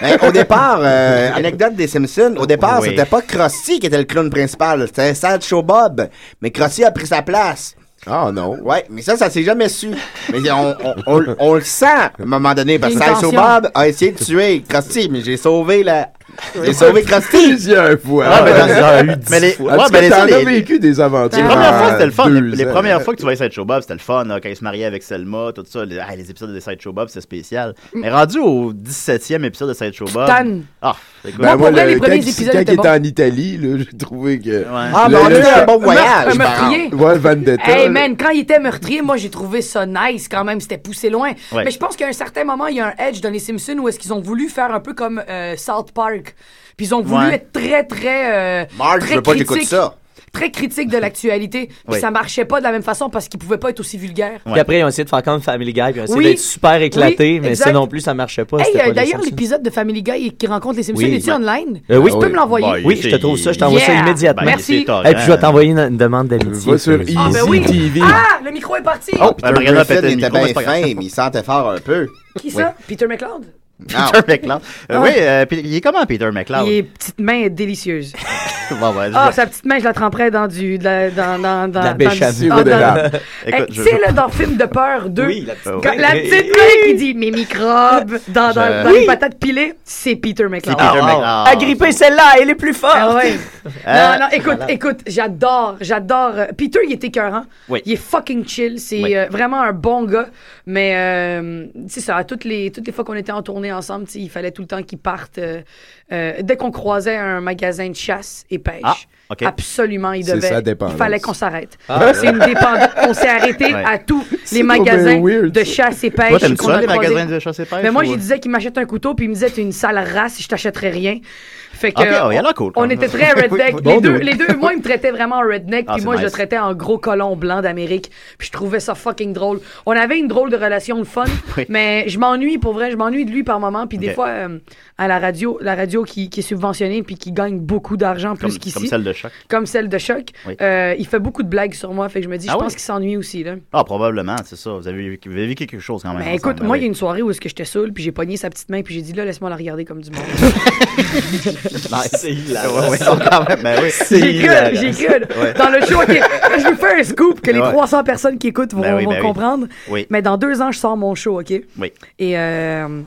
Hey, Ben, au départ, euh, anecdote des Simpsons, au départ,
Oui.
c'était pas Krusty qui était le clown principal, c'était Sad Show Bob. Mais Krusty a pris sa place.
Ah non.
Ouais, mais ça, ça s'est jamais su. Mais on, on, on- on le sent à un moment donné, parce que
Il y a une
Sideshow
tension.
Bob a essayé de tuer Krusty, mais j'ai sauvé la,
J'ai sauvé Krusty plusieurs fois.
Ouais, Ah, mais dans- j'en ai eu dix
mais les,
fois.
ouais,
En tout cas,
mais
t'en
t'en
as
as vécu des aventures.
Les premières fois, c'était le fun. Les, les premières fois que tu voyais Sideshow Bob, c'était le fun. là, quand il se mariait avec Selma, tout ça. Les, ah, les épisodes de Sideshow Bob, c'est spécial.
Mm.
Mais rendu au 17e épisode de Sideshow Bob.
tannes.
Ah, écoute.
Ben, moi, le- quand, il- quand il était en Italie, là, [laughs] j'ai trouvé que.
Ah, ben, on a eu un bon voyage,
par meurtrier.
Bah,
Ouais, Vendetta.
Hey
là.
man, quand il était meurtrier, moi j'ai trouvé ça nice quand même, c'était poussé loin.
Ouais.
Mais je pense qu'à un certain moment, il y a un edge dans les Simpsons où est-ce qu'ils ont voulu faire un peu comme euh, South Park. Puis ils ont voulu
Ouais.
être très très euh,
Marge,
très
je veux pas que t'écoutes
critique-
ça.
Très critique
[laughs]
de l'actualité. Puis
Oui.
ça marchait pas de la même façon parce qu'ils pouvaient pas être aussi vulgaires.
Puis après, ils ont essayé de faire comme Family Guy, puis ils ont essayé
Oui.
d'être super éclatés,
Oui,
mais
exact.
ça non plus, ça marchait pas.
Hey,
c'était
euh,
pas les
d'ailleurs,
Simpsons.
l'épisode de Family Guy qui rencontre les Simpsons
Oui.
est-il
Ouais.
online?
Euh, oui.
tu
Ah
peux
oui.
me l'envoyer?
Bah, oui, je te trouve ça, je t'envoie ça
Yeah!
immédiatement.
Merci.
Et puis je vais t'envoyer une, une demande d'amitié.
Va sur E
Ah, ben oui.
TV.
Ah, le micro est parti.
Oh, Peter
Mariana a
Griffin
pété le
était
micro, mais
bien
c'est pas grave.
fin, mais il sentait fort un peu.
Qui ça? Peter McLeod?
Peter McLeod. Euh,
Ah.
Oui, euh, puis il est comment, Peter McLeod?
Il est petite main est délicieuse.
Bon, [laughs] ouais, je-
Ah, sa petite main, je la tremperais dans du. De la, dans, dans, dans,
la
dans
béchamel.
du-
Sirop de
dans-
rame.
Hey,
Écoute,
Tu
je-
sais, là, dans le film de peur 2,
Oui, la petite
quand
main.
la petite main qui dit mes microbes dans, dans,
Je-
dans les
Oui.
patates pilées, c'est Peter McLeod.
C'est Peter Ah, McLeod. ah.
Agrippez celle-là, elle est plus forte.
[laughs]
Ah, ouais.
Euh,
non, non, écoute,
malade.
écoute, j'adore, j'adore. euh, Peter, il est écœurant.
Oui.
Il est fucking chill. C'est
Oui.
euh, vraiment un bon gars. Mais, euh, c'est ça, à toutes les, toutes les fois qu'on était en tournée ensemble, tu sais, il fallait tout le temps qu'il parte. euh, euh, dès qu'on croisait un magasin de chasse et pêche,
Ah, ok.
absolument, il
C'est
devait.
sa
il
dépendance.
fallait qu'on s'arrête.
Ah.
C'est une dépendance. On s'est arrêté
Ouais.
à tous
[laughs] C'est
les
donc
magasins
bien weird,
de
ça.
chasse et pêche.
Toi, t'aimes
qu'on
ça,
a
les
croisés.
magasins de chasse et pêche,
Mais moi,
ou-
je disais qu'il m'achète un couteau, puis il me disait, t'es une sale race, je t'achèterai rien. Fait que,
Ok, ah oui,
on-
elle a cool, quand
on
même.
était
[laughs]
très redneck.
Oui,
les,
bon
deux,
dude.
les deux, moi, il me traitait vraiment en redneck,
Ah,
puis
c'est
moi, je le
nice.
traitais en gros colon blanc d'Amérique. Puis je trouvais ça fucking drôle. On avait une drôle de relation, le fun,
[laughs] Oui.
mais je m'ennuie, pour vrai, je m'ennuie de lui par moment. Puis des
Ok.
fois, euh, à la radio, la radio qui, qui est subventionnée, puis qui gagne beaucoup d'argent
Comme-
plus qu'ici.
comme celle de Choc.
Comme celle de Choc.
Oui.
Euh, il fait beaucoup de blagues sur moi, fait que je me dis,
Ah
je
oui?
pense qu'il s'ennuie aussi, là.
Ah, probablement, c'est ça. Vous avez, vécu- vous avez vécu quelque chose quand même.
Ben,
ensemble,
écoute,
ben
moi, il
oui.
y a une soirée où est-ce que j'étais saoul, puis j'ai pogné sa petite main, puis j'ai dit là, laisse-moi la regarder comme du monde.
[laughs] C'est hilarant. Ouais, ouais, non, quand même, ben oui.
J'ai good, j'ai good.
Ouais.
Dans le show, ok, je vous fais un scoop que les
Ouais.
300 personnes qui écoutent vont,
Ben oui,
vont
ben oui.
comprendre.
Oui.
Mais dans deux ans, je sors mon show, ok?
Oui.
Et, euh,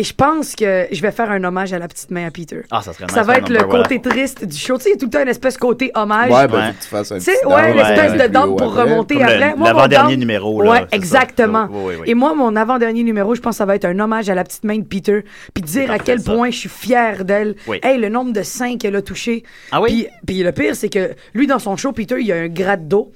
et je pense que je vais faire un hommage à la petite main à Peter.
Ah, ça serait
Ça
nice,
va
un
être le
number,
côté triste du show. Tu sais, il y a tout le temps une espèce côté hommage.
Ouais, ben, faut que tu fasses un
Tu sais,
petit
ouais,
down,
l'espèce
ouais,
de
plus
dump
haut
pour
après.
remonter
Comme le-
après. Moi, mon
l'avant-dernier
dump-
numéro, là,
Ouais,
c'est ça.
exactement.
Oui, oui, oui.
Et moi, mon avant-dernier numéro, je pense que ça va être un hommage à la petite main de Peter. Puis dire à quel
ça.
point je suis fier d'elle.
Oui.
Hey, le nombre de seins qu'elle a touché.
Ah oui?
Puis, puis le pire, c'est que lui, dans son show, Peter, il a un gratte d'eau.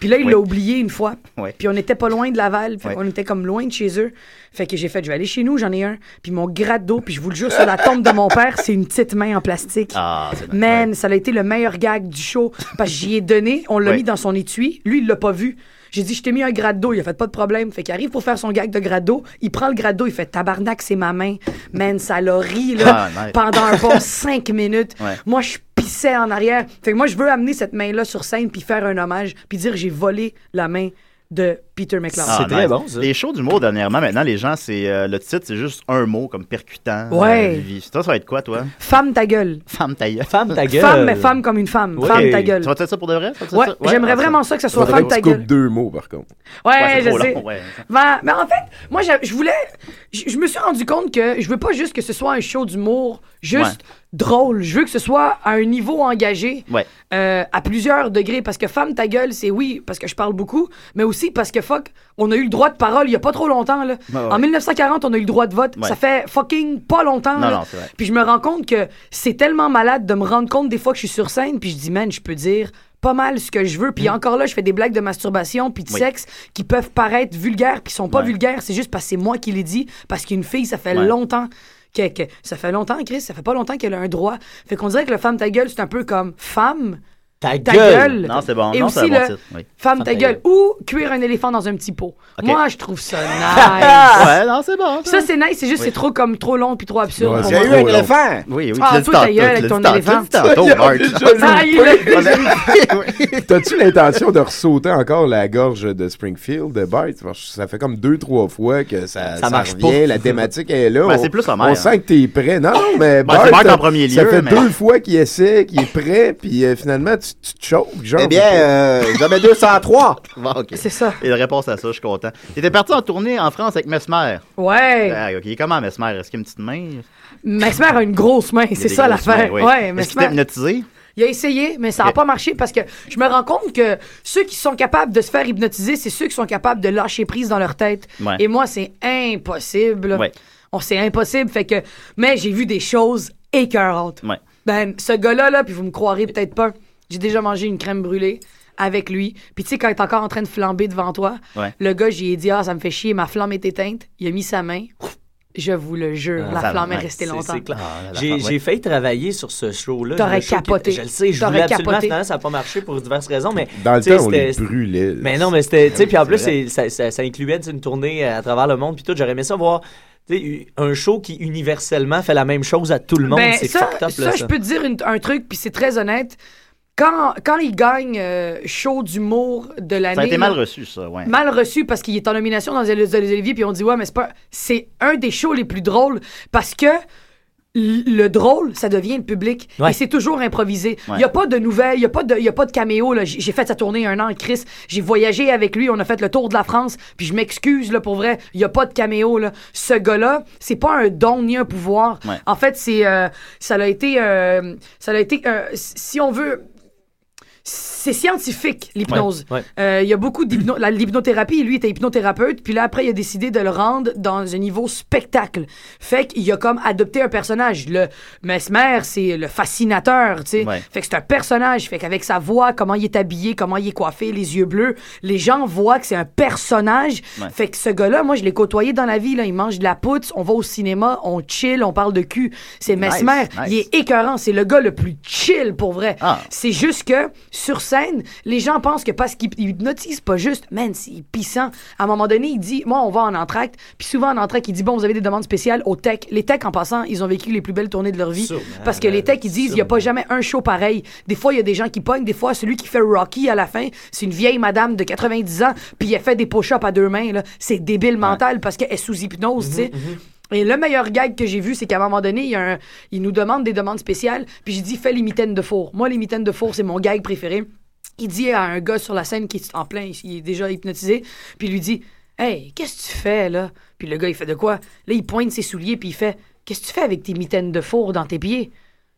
Puis là, il
Oui.
l'a oublié une fois.
Ouais.
Puis on était pas loin de Laval. Fait
Ouais.
qu'on était comme loin de chez eux. Fait que j'ai fait, je vais aller chez nous, j'en ai un. Puis mon gratte d'eau, puis je vous le jure, sur la tombe de mon père, c'est une petite main en plastique.
Ah, c'est nice.
Man, ça a été le meilleur gag du show. Parce que j'y ai donné, on l'a
Ouais.
mis dans son étui. Lui, il l'a pas vu. J'ai dit, je t'ai mis un grade d'eau. Il a fait pas de problème. Fait qu'il arrive pour faire son gag de grade d'eau. Il prend le grade d'eau, il fait tabarnak, c'est ma main. Man, ça l'a ri, là,
Ah, nice.
pendant un bon cinq minutes.
Ouais.
Moi, je pissais en arrière. Fait que moi, je veux amener cette main-là sur scène puis faire un hommage puis dire, j'ai volé la main de Peter McLeod.
Ah, nice. Les shows d'humour dernièrement, maintenant, les gens, c'est euh, le titre, c'est juste un mot comme percutant.
Ouais.
euh, vie. Toi, ça va être quoi, toi?
Femme ta gueule.
Femme ta gueule. Femme
ta gueule. Femme, mais femme comme une femme. Femme ta gueule.
Tu vas faire ça pour de vrai? Tu vas-tu
Ouais,
ça?
j'aimerais
ah,
vraiment ça que ça soit
Faudrait
femme
que
ta
tu
gueule.
coupes deux mots, par contre.
Ouais,
Ouais, c'est
je
trop
sais.
[laughs]
long, ouais.
Ben- mais en fait, moi, j'a- je voulais. Je je me suis rendu compte que je veux pas juste que ce soit un show d'humour, juste
Ouais.
drôle. Je veux que ce soit à un niveau engagé,
Ouais.
Eh
euh, à plusieurs degrés. Parce que femme ta gueule, c'est oui, parce que je parle beaucoup, mais aussi parce que fuck, on a eu le droit de parole il y a pas trop longtemps. Là.
Ouais, ouais.
En 1940, on a eu le droit de vote.
Ouais.
Ça fait fucking pas longtemps.
Non,
là.
non, c'est vrai.
Puis je me rends compte que c'est tellement malade de me rendre compte des fois que je suis sur scène, puis je dis, man, je peux dire pas mal ce que je veux. Puis encore là, je fais des blagues de masturbation, puis de
Mm. Oui.
sexe, qui peuvent paraître vulgaires, puis qui sont pas
Ouais.
vulgaires. C'est juste parce que c'est moi qui les dis, parce qu'une fille, ça fait
Ouais.
longtemps. Que, que- ça fait longtemps, Chris, ça fait pas longtemps qu'elle a un droit. Fait qu'on dirait que le femme ta gueule, c'est un peu comme femme.
Ta
gueule.
Non, c'est bon.
Et
non,
aussi
c'est un bon
le
titre. oui.
Femme ta gueule. Ou cuire un éléphant dans un petit pot.
Ok.
Moi, je
[laughs]
trouve ça nice.
ouais, non, c'est bon.
Ça, c'est nice, c'est juste
Oui.
c'est trop comme trop long puis trop absurde.
Ouais,
pour
il y a
moi.
eu un éléphant. Oui, oui, tu
Ah,
l'as dit
toi, ta
tantôt,
gueule
tu
avec
l'as
ton
dit tantôt,
éléphant.
tu l'as dit tantôt, Marc.
Ah, il l'a dit, je l'ai
[laughs] T'as-tu l'intention de ressauter encore la gorge de Springfield, de Bart? Parce que Ça fait comme deux, trois fois que ça,
Euh, Ça marche
revient,
pas.
la thématique est là.
Ben,
On-
c'est plus la mère,
On
hein.
sent que t'es prêt. Non, non, mais
Ben, c'est Bart en premier
Ça
lieu,
fait
mais-
deux fois qu'il essaie, qu'il est prêt, puis euh, finalement, tu tu, tu te chauffes, genre.
Eh bien, euh, j'avais 203.
[laughs] Bon, ok.
C'est ça.
Et la réponse à ça, je suis content. Tu étais parti en tournée en France avec Mesmer.
Ouais.
Ah, ok. Il est Comment Mesmer Est-ce qu'il a une petite main
Mesmer a une grosse main, c'est ça l'affaire. Ouais,
Est-ce qu'il t'a
Mesmer.
hypnotisé
Il a essayé, mais ça n'a pas marché parce que je me rends compte que ceux qui sont capables de se faire hypnotiser, c'est ceux qui sont capables de lâcher prise dans leur tête.
Ouais.
Et moi, c'est impossible.
Ouais.
On c'est impossible. Fait que, mais j'ai vu des choses écœurantes.
Ouais.
Ben, ce gars-là, là, puis vous me croirez peut-être pas, j'ai déjà mangé une crème brûlée avec lui. Puis tu sais, quand il est encore en train de flamber devant toi,
Ouais.
le gars, j'y ai dit, ah, ça me fait chier, ma flamme est éteinte. Il a mis sa main. Je vous le jure,
Ah,
la
ça
flamme est
va,
restée
c'est-
longtemps.
c'est clair.
Ah, la
J'ai
flamme, ouais.
j'ai failli travailler sur ce show-là.
T'aurais
Le show qui-
capoté.
Je le sais, je
T'aurais
voulais absolument,
capoté.
finalement, ça n'a pas marché pour diverses raisons, mais...
Dans le
tu sais,
temps, on les
c'était-
brûlait.
Mais non, mais c'était. Tu sais, puis en
C'est
plus,
vrai.
c'est- ça, ça, ça incluait tu sais, une tournée à travers le monde, puis tout. J'aurais aimé ça voir tu sais, un show qui universellement fait la même chose à tout le monde.
Ben,
c'est
ça,
fucked up,
ça,
là,
je peux te dire une- un truc, puis c'est très honnête. Quand, quand il gagne euh, show d'humour de l'année.
Ça a été mal
là,
reçu, ça, ouais.
Mal reçu parce qu'il est en nomination dans les les Olivier, puis on dit, ouais, mais c'est pas. C'est un des shows les plus drôles parce que. l- Le drôle, ça devient le public.
Ouais.
Et c'est toujours improvisé. Il
Ouais.
n'y a pas de nouvelles, il n'y a, pas de- y a pas de caméo. là. J'ai j'ai fait sa tournée un an, Chris. J'ai voyagé avec lui, on a fait le tour de la France. Puis je m'excuse, là, pour vrai, il n'y a pas de caméo. Là. Ce gars-là, c'est pas un don ni un pouvoir.
Ouais.
En fait, c'est euh, ça a été euh, ça a été euh, si on veut c'est scientifique l'hypnose.
Ouais, ouais.
Euh, il y a beaucoup d'hypno la- l'hypnothérapie, lui était hypnothérapeute, puis là après il a décidé de le rendre dans un niveau spectacle. Fait qu'il a comme adopté un personnage, le Mesmer, c'est le fascinateur, tu sais.
Ouais.
Fait que c'est un personnage, fait qu'avec sa voix, comment il est habillé, comment il est coiffé, les yeux bleus, les gens voient que c'est un personnage.
Ouais.
Fait que ce gars-là, moi je l'ai côtoyé dans la vie là, il mange de la poutre, on va au cinéma, on chill, on parle de cul, c'est
Nice,
Mesmer,
nice. Ah.
il est écœurant. C'est le gars le plus chill pour vrai. C'est juste que, sur scène, les gens pensent que parce qu'il il hypnotise pas juste, man, c'est pissant. À un moment donné, il dit, moi, on va en entracte. Puis souvent, en entracte, il dit, bon, vous avez des demandes spéciales aux tech. Les techs, en passant, ils ont vécu les plus belles tournées de leur vie.
Sûrement,
parce que les techs, ils disent, il y a pas jamais un show pareil. Des fois, il y a des gens qui pognent. Des fois, celui qui fait Rocky à la fin, c'est une vieille madame de 90 ans, puis elle fait des push-ups à deux mains. là. C'est débile mental parce qu'elle est sous hypnose,
Mhm,
tu
Ah,
sais. Et le meilleur gag que j'ai vu, c'est qu'à un moment donné, il, y a un- il nous demande des demandes spéciales, puis j'ai dit fais les mitaines de four. Moi, les mitaines de four, c'est mon gag préféré. Il dit à un gars sur la scène qui est en plein, il est déjà hypnotisé, puis il lui dit Hey, qu'est-ce que tu fais là Puis le gars, il fait de quoi Là, il pointe ses souliers, puis il fait Qu'est-ce que tu fais avec tes mitaines de four dans tes pieds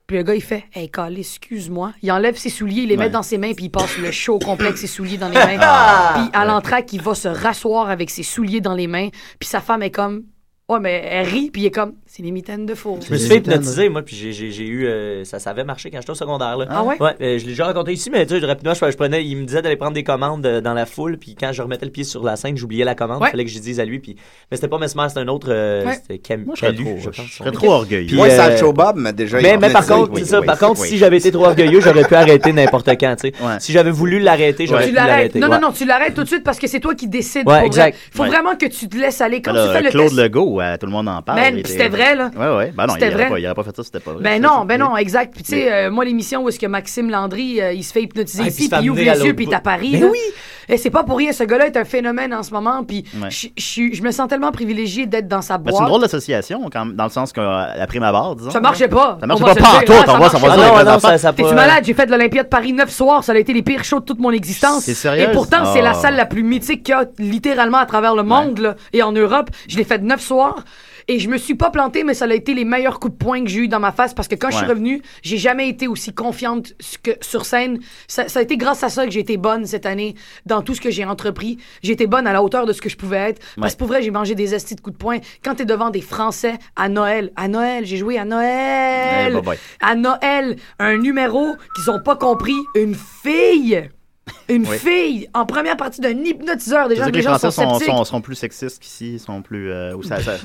puis le gars, il fait Hey, Carl, excuse-moi. Il enlève ses souliers, il les met
Ouais.
dans ses mains, puis il passe le show complet avec ses
[laughs]
souliers dans les mains.
Ah!
puis à l'entraque, il va se rasseoir avec ses souliers dans les mains. Puis sa femme est comme Ouais, mais elle rit, puis il est comme C'est les mitaines de faux.
Je me suis fait hypnotiser, moi, puis j'ai- j'ai j'ai eu. euh, ça, ça avait marché quand j'étais au secondaire. Là.
Ah ouais?
euh, je l'ai déjà raconté ici, mais tu sais, rapidement, je, je prenais. Il me disait d'aller prendre des commandes euh, dans la foule, puis quand je remettais le pied sur la scène, j'oubliais la commande. Il
Ouais.
fallait que je dise à lui, puis. Mais c'était pas Mesmer, c'était un autre. euh,
Ouais.
C'était Cam...
Moi, je serais
Calu,
trop-
je pense.
je serais trop orgueilleux.
Puis,
Moi,
euh,
Sancho Bob m'a déjà
Mais, mais par
hypnotisé.
contre,
Oui,
c'est ça,
oui,
par
oui,
contre,
oui.
si j'avais été trop orgueilleux, j'aurais pu arrêter n'importe quand, tu sais. Si j'avais voulu l'arrêter, j'aurais
Tu
pu
l'arrêtes.
l'arrêter.
Non,
Ouais.
non, non, tu l'arrêtes tout de suite parce que c'est toi qui décides.
Ouais, Ah
pour
exact.
Vrai. Faut
Ouais.
vraiment que tu te laisses aller. Quand
Ben
tu
là,
fais le
Claude
test.
Legault, euh, tout le monde en parle.
Man,
il
Ben, puis
était-
c'était vrai, là.
Ouais, ouais. Ben non, il
C'était
aurait
vrai.
pas- il aurait pas fait ça, c'était pas vrai.
Ben
Ça,
non,
c'est-
ben non, exact. Puis tu sais,
Mais-
euh, moi, l'émission où est-ce que Maxime Landry, euh, il se fait
Ah,
hypnotiser
puis
ici,
se fait
puis il ouvre
amener à
les yeux,
l'autre
puis il est
bout.
à Paris.
Mais
là.
oui!
Et c'est pas pour rien, ce gars-là est un phénomène en ce moment, puis
Ouais.
je- je suis- je me sens tellement privilégiée d'être dans sa
Bah,
Ben, c'est une
boîte.
drôle d'association, quand même, dans le sens que euh, la prime abord, disons. hein.
Ça marchait pas.
Ça marchait
On
pas,
va se le
pas en
dire.
tout,
Ah,
on va
marchait
s'en va
pas.
dire. les affaires.
T'es-tu hein. malade? J'ai fait de l'Olympiade de Paris neuf soirs. Ça a été les pires shows de toute mon existence.
C'est sérieux?
Et pourtant, c'est la
Ah.
salle la plus mythique qu'il y a littéralement à travers le monde là, et en Europe. Je l'ai fait neuf soirs. Et je me suis pas plantée, mais ça a été les meilleurs coups de poing que j'ai eu dans ma face parce que quand je suis
Ouais.
revenue, j'ai jamais été aussi confiante s- que sur scène. Ça, ça a été grâce à ça que j'ai été bonne cette année dans tout ce que j'ai entrepris. J'ai été bonne à la hauteur de ce que je pouvais être. Parce que
Ouais.
pour vrai, j'ai mangé des estis de coups de poing. Quand t'es devant des Français à Noël, à Noël, j'ai joué à
Eh,
Noël.
bye-bye.
À Noël, un numéro qu'ils ont pas compris, une fille. Une
Oui.
fille en première partie d'un hypnotiseur. Des
Je veux dire
gens,
que
les
les
gens
Français
sont
sont,
sceptiques.
sont, sont plus sexistes qu'ici, sont plus. euh, ou
[laughs]
ça- ça-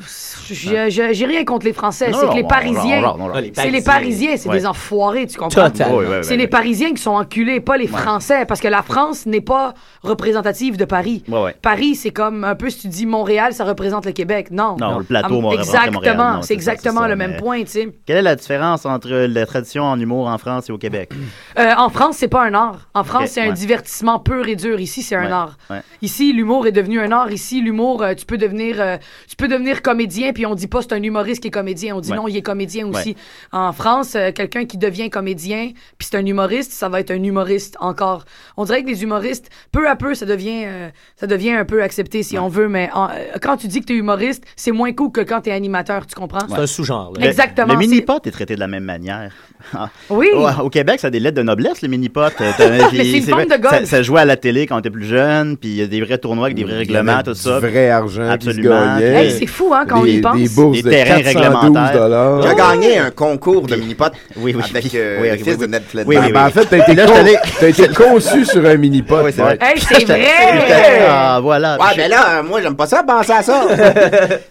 Je- je- J'ai rien contre les Français,
Non,
c'est
non,
que les
on- on-
Parisiens.
on- on- on- on-
C'est les
les
Parisiens,
Parisiens,
c'est
ouais.
des enfoirés, tu comprends?
Totalement. Oui, oui, oui,
c'est
oui,
les
oui.
Parisiens qui sont enculés, pas les
Ouais.
Français, parce que la France n'est pas représentative de Paris.
Ouais, ouais.
Paris, c'est comme un peu si tu dis Montréal, ça représente le Québec. Non.
Non, le plateau,
Ah,
Montréal, Montréal, non,
Exactement, c'est
c'est ça, c'est
exactement
ça,
le même
mais-
point, tu sais.
Quelle est la différence entre la tradition en humour en France et au Québec?
Euh, en France, c'est pas un art. En France,
Ok,
c'est un
ouais.
divertissement pur et dur. Ici, c'est un
Ouais,
art.
ouais.
Ici, l'humour est devenu un art. Ici, l'humour, euh, tu peux devenir, euh, tu peux devenir comédien, puis on dit pas c'est un humoriste qui est comédien. On dit
Ouais.
non, il est comédien aussi.
Ouais.
En France, euh, quelqu'un qui devient comédien, puis c'est un humoriste, ça va être un humoriste encore. On dirait que les humoristes, peu à peu, ça devient, euh, ça devient un peu accepté si on veut. Mais en- euh, quand tu dis que tu es humoriste, c'est moins cool que quand tu es animateur. Tu comprends
Ouais. Le-
Exactement.
Le
c'est-
mini-pot est traité de la même manière. [laughs]
Oui.
Ouais, Au Québec, ça a des lettres de noblesse, le mini-pot. Euh,
[laughs]
t'as-
Mais
puis
c'est une forme
vrai,
de golf.
Ça, ça jouait à la télé quand on était plus jeune, puis il y a des vrais tournois avec des vrais
Il y
règlements,
avait
tout
du
ça.
vrai argent qui se
Absolument.
gagnait.
Hey, c'est fou, hein, quand on y
Des-
pense.
des bourses de
terrains
412
dollars.
Tu as
Oui.
gagné un concours de mini-pot avec euh,
euh, [laughs] oui,
le
oui,
fils
oui.
de Ned Flanders.
Oui, oui,
Ben, en fait, t'as été,
Là, je
con-
t'allais-
[laughs]
t'as été conçu sur un mini-pot.
c'est vrai.
Hey,
[laughs]
c'est
J'étais-
vrai!
j'étais- Ah, voilà.
Ouais,
Puis
ben là, euh, moi, j'aime pas ça, penser à ça.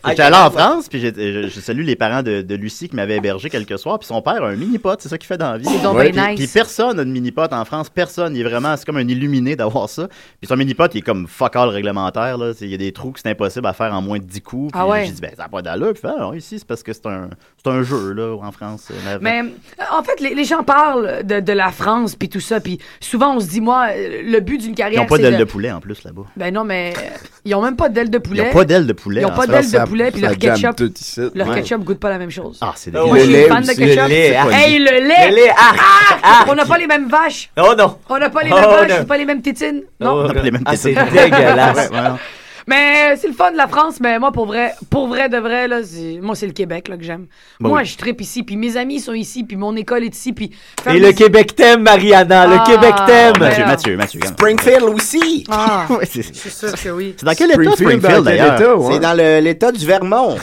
J'étais allé en France, puis j'étais- je, je salue les parents de, de Lucie qui m'avaient hébergé quelques soirs, puis son père a un mini-pot, c'est ça qu'il fait dans la vie.
C'est donc
Ouais,
bien
puis,
nice.
puis personne n'a de mini-pot en France, personne. Il est vraiment, c'est comme un illuminé d'avoir ça. Puis son mini-pot, il est comme fuck all réglementaire, là. C'est- Il y a des trous que c'est impossible à faire en moins de 10 coups. Puis
Ah ouais.
j'ai dit, ben ça n'a pas d'allure. Puis ah, non, ici, c'est parce que c'est un, c'est un jeu, là, en France. euh,
Mais euh, en fait, les, les gens parlent de, de la France puis tout ça, puis souvent on se dit, moi, euh, le but d'une
Ils
carrière,
n'ont pas
c'est
d'aile de poulet en plus là-bas.
Ben non, mais euh, ils ont même pas d'aile de poulet.
Ils ont pas d'aile de poulet,
Ils
en
ont pas
fait.
d'aile de
Ça-
poulet, puis
ça
leur
gamme
ketchup,
tout ici,
leur
ouais.
ketchup goûte pas la même chose.
Ah, c'est
Moi, je suis fan de ketchup. hey, le lait!
Le lait, ah,
Ah!
ah,
On n'a pas les mêmes vaches.
Oh non!
On n'a pas les
Oh,
mêmes vaches,
non.
c'est pas les mêmes tétines. Non?
Oh,
les mêmes
ah, c'est
tétines.
dégueulasse.
Ouais, ouais.
[laughs] Mais euh, c'est le fun de la France, mais moi, pour vrai, pour vrai de vrai, là, c'est- moi, c'est le Québec là, que j'aime.
Bah
moi,
oui.
je tripe ici, puis mes amis sont ici, puis mon école est ici, puis...
Et le Québec t'aime, Mariana. Le
Ah,
Québec t'aime.
Mathieu, ben, Mathieu,
Mathieu.
Springfield aussi.
Ah,
Ouais,
je
c'est-
suis sûr que oui.
C'est dans quel état Springfield, d'ailleurs?
C'est dans le- l'état du Vermont.
[laughs] ok,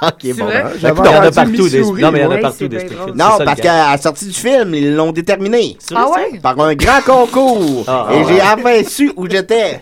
bon, vrai? ben,
J'avais
écoute, il y en a
entendu
partout des-
Missouri,
non, mais il y en a
moi.
partout des Springfield.
Non,
C'est ça,
parce
le
qu'à la sortie du film, ils l'ont déterminé.
Ah ouais?
Par un grand concours.
Ah,
Et
ah,
j'ai [laughs]
ouais.
enfin su où j'étais.